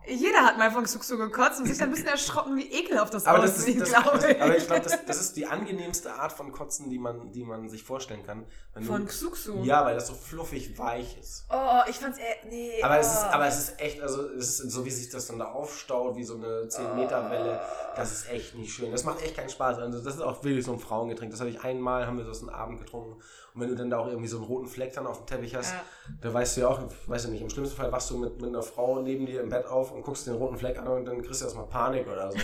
Jeder hat mal von Xuxu gekotzt und sich dann ein bisschen erschrocken, wie ekelhaft das Aber das aussieht, ist, das, glaube ich. aber ich glaube, das, das ist die angenehmste Art von Kotzen, die man, die man sich vorstellen kann. Wenn Von du, Xuxu. Ja, weil das so fluffig weich ist. Oh, ich fand's eher. Nee. Aber oh. es ist, aber es ist echt, also es ist so wie sich das dann da aufstaut, wie so eine 10-Meter-Welle, das ist echt nicht schön. Das macht echt keinen Spaß. Also das ist auch wirklich so ein Frauengetränk. Das habe ich einmal, haben wir das einen Abend getrunken. Und wenn du dann da auch irgendwie so einen roten Fleck dann auf dem Teppich hast, Ja. da weißt du ja auch, weißt du nicht, im schlimmsten Fall wachst du mit, mit einer Frau neben dir im Bett auf und guckst den roten Fleck an und dann kriegst du erstmal Panik *laughs* oder so.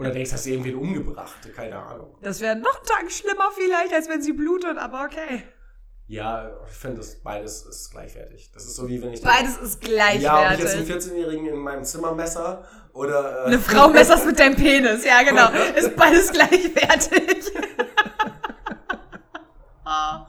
oder denkst, hast du irgendwen umgebracht, keine Ahnung. Das wäre noch einen Tag schlimmer vielleicht, als wenn sie blutet, aber okay. Ja, ich finde, das- beides ist gleichwertig. Das ist so wie wenn ich... Beides ist Ja, ob ich gleichwertig. jetzt einen 14-Jährigen in meinem Zimmer messer oder. Äh, Eine Frau messerst mit deinem Penis, ja *laughs* genau. Ist beides gleichwertig. Ah.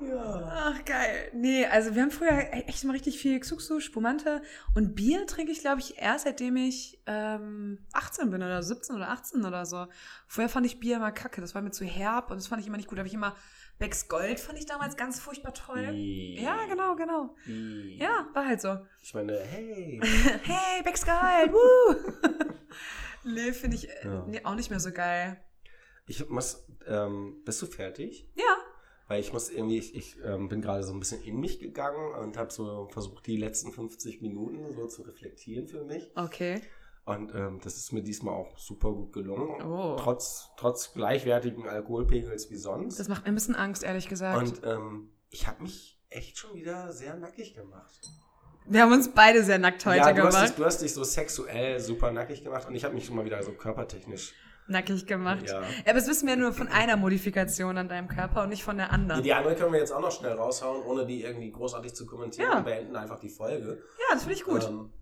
ja. Ach geil. Nee, also wir haben früher echt mal richtig viel Xuxu, Spumante und Bier trinke ich, glaube ich, erst seitdem ich ähm, 18 bin oder 17 oder 18 oder so. Vorher fand ich Bier immer kacke, das war mir zu herb und das fand ich immer nicht gut. Da habe ich immer Becks Gold fand ich damals ganz furchtbar toll. Ja, genau, genau. Ja, war halt so. Ich meine, hey. Hey, Becks Gold, woo! *laughs* nee, finde ich äh, Ja. nee, auch nicht mehr so geil. Ich muss. Ähm, bist du fertig? Ja, Weil ich muss irgendwie. Ich, ich ähm, bin gerade so ein bisschen in mich gegangen und habe so versucht, die letzten 50 Minuten so zu reflektieren für mich. okay. Und ähm, das ist mir diesmal auch super gut gelungen. Oh. Trotz, trotz gleichwertigen Alkoholpegels wie sonst. Das macht mir ein bisschen Angst, ehrlich gesagt. und ähm, ich habe mich echt schon wieder sehr nackig gemacht. wir haben uns beide sehr nackt heute ja, du gemacht. Hast dich, du hast dich so sexuell super nackig gemacht und ich habe mich schon mal wieder so körpertechnisch. nackig gemacht. Ja. Ja. Aber das wissen wir nur von einer Modifikation an deinem Körper und nicht von der anderen. Die andere können wir jetzt auch noch schnell raushauen, ohne die irgendwie großartig zu kommentieren. Ja. Wir beenden einfach die Folge. Ja, das finde ich gut. Ähm,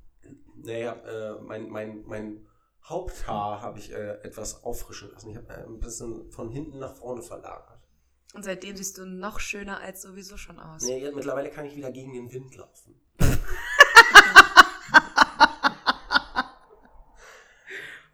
naja, äh, mein, mein, mein Haupthaar habe ich äh, etwas auffrischen lassen. Ich habe äh, ein bisschen von hinten nach vorne verlagert. Und seitdem siehst du noch schöner als sowieso schon aus. Nee, jetzt, mittlerweile kann ich wieder gegen den Wind *laughs* laufen.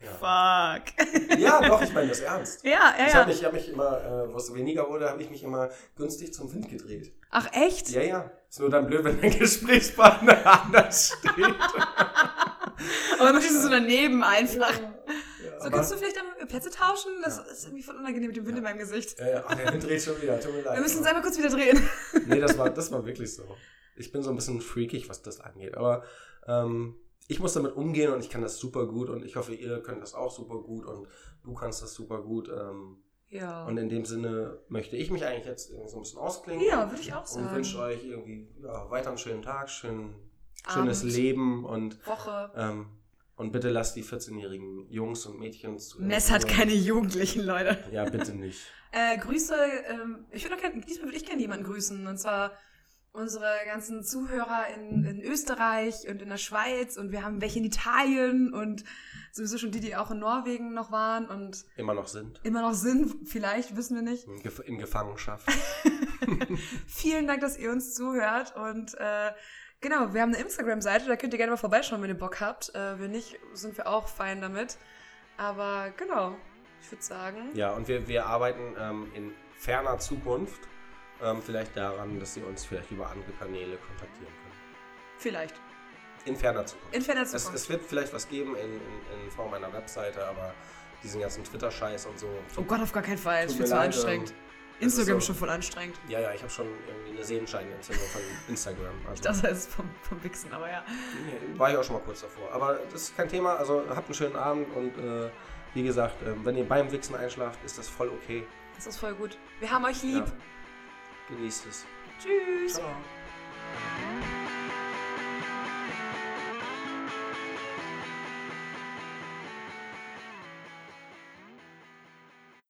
ja. Fuck. ja, doch, ich meine das ernst. Ja, ja, Ich habe ja. mich, ich hab mich immer, äh, wo es weniger wurde, habe ich mich immer günstig zum Wind gedreht. Ach echt? Ja, ja. Ist nur dann blöd, wenn dein *laughs* Gesprächspartner anders *laughs* steht. Aber dann stehst du so daneben einfach. Ja, So, aber- kannst du vielleicht am Plätze tauschen? Das ist irgendwie voll unangenehm mit dem Wind in meinem Gesicht. Ja, ja. Ach, der Wind dreht schon wieder, tut mir leid. Wir müssen uns einmal kurz wieder drehen. nee, das war, das war wirklich so. Ich bin so ein bisschen freakig, was das angeht. Aber ähm, ich muss damit umgehen und ich kann das super gut und ich hoffe, ihr könnt das auch super gut und du kannst das super gut. Ähm, Ja. und in dem Sinne möchte ich mich eigentlich jetzt irgendwie so ein bisschen ausklingen. Ja, würde ich auch Und sagen. wünsche euch irgendwie ja, weiter einen schönen Tag, schön, schönes Abend. Leben und, Woche. ähm, und bitte lasst die 14-jährigen Jungs und Mädchen zu. Ness hat keine Jugendlichen, Leute. Ja, bitte nicht. Äh, Grüße, ähm, ich würde auch gerne, diesmal würde ich gerne jemanden grüßen. Und zwar unsere ganzen Zuhörer in, in Österreich und in der Schweiz und wir haben welche in Italien und sowieso schon die, die auch in Norwegen noch waren und Immer noch sind. immer noch sind, vielleicht, wissen wir nicht. In, Gef in Gefangenschaft. Vielen Dank, dass ihr uns zuhört und äh, genau, wir haben eine Instagram-Seite, da könnt ihr gerne mal vorbeischauen, wenn ihr Bock habt. Äh, wenn nicht, sind wir auch fein damit. Aber genau, ich würde sagen, ja, und wir, wir arbeiten ähm, in ferner Zukunft ähm, vielleicht daran, dass sie uns vielleicht über andere Kanäle kontaktieren können. vielleicht. in ferner Zukunft. In ferner Es, Zukunft. es wird vielleicht was geben in, in, in Form einer Webseite, aber diesen ganzen Twitter-Scheiß und so. oh Gott, auf gar keinen Fall. Tut Ist mir viel zu leid, anstrengend. ähm, das ist Instagram ist so- schon voll anstrengend. *laughs* Ja, ja, ich habe schon irgendwie eine Sehenscheinentzündung von *laughs* Instagram. Also, Das heißt vom, vom Wichsen, aber ja. nee, war ich auch schon mal kurz davor. Aber das ist kein Thema. Also habt einen schönen Abend und äh, wie gesagt, ähm, wenn ihr beim Wichsen einschlaft, ist das voll okay. Das ist voll gut. Wir haben euch lieb. Ja. Genießt es. Tschüss. Ciao.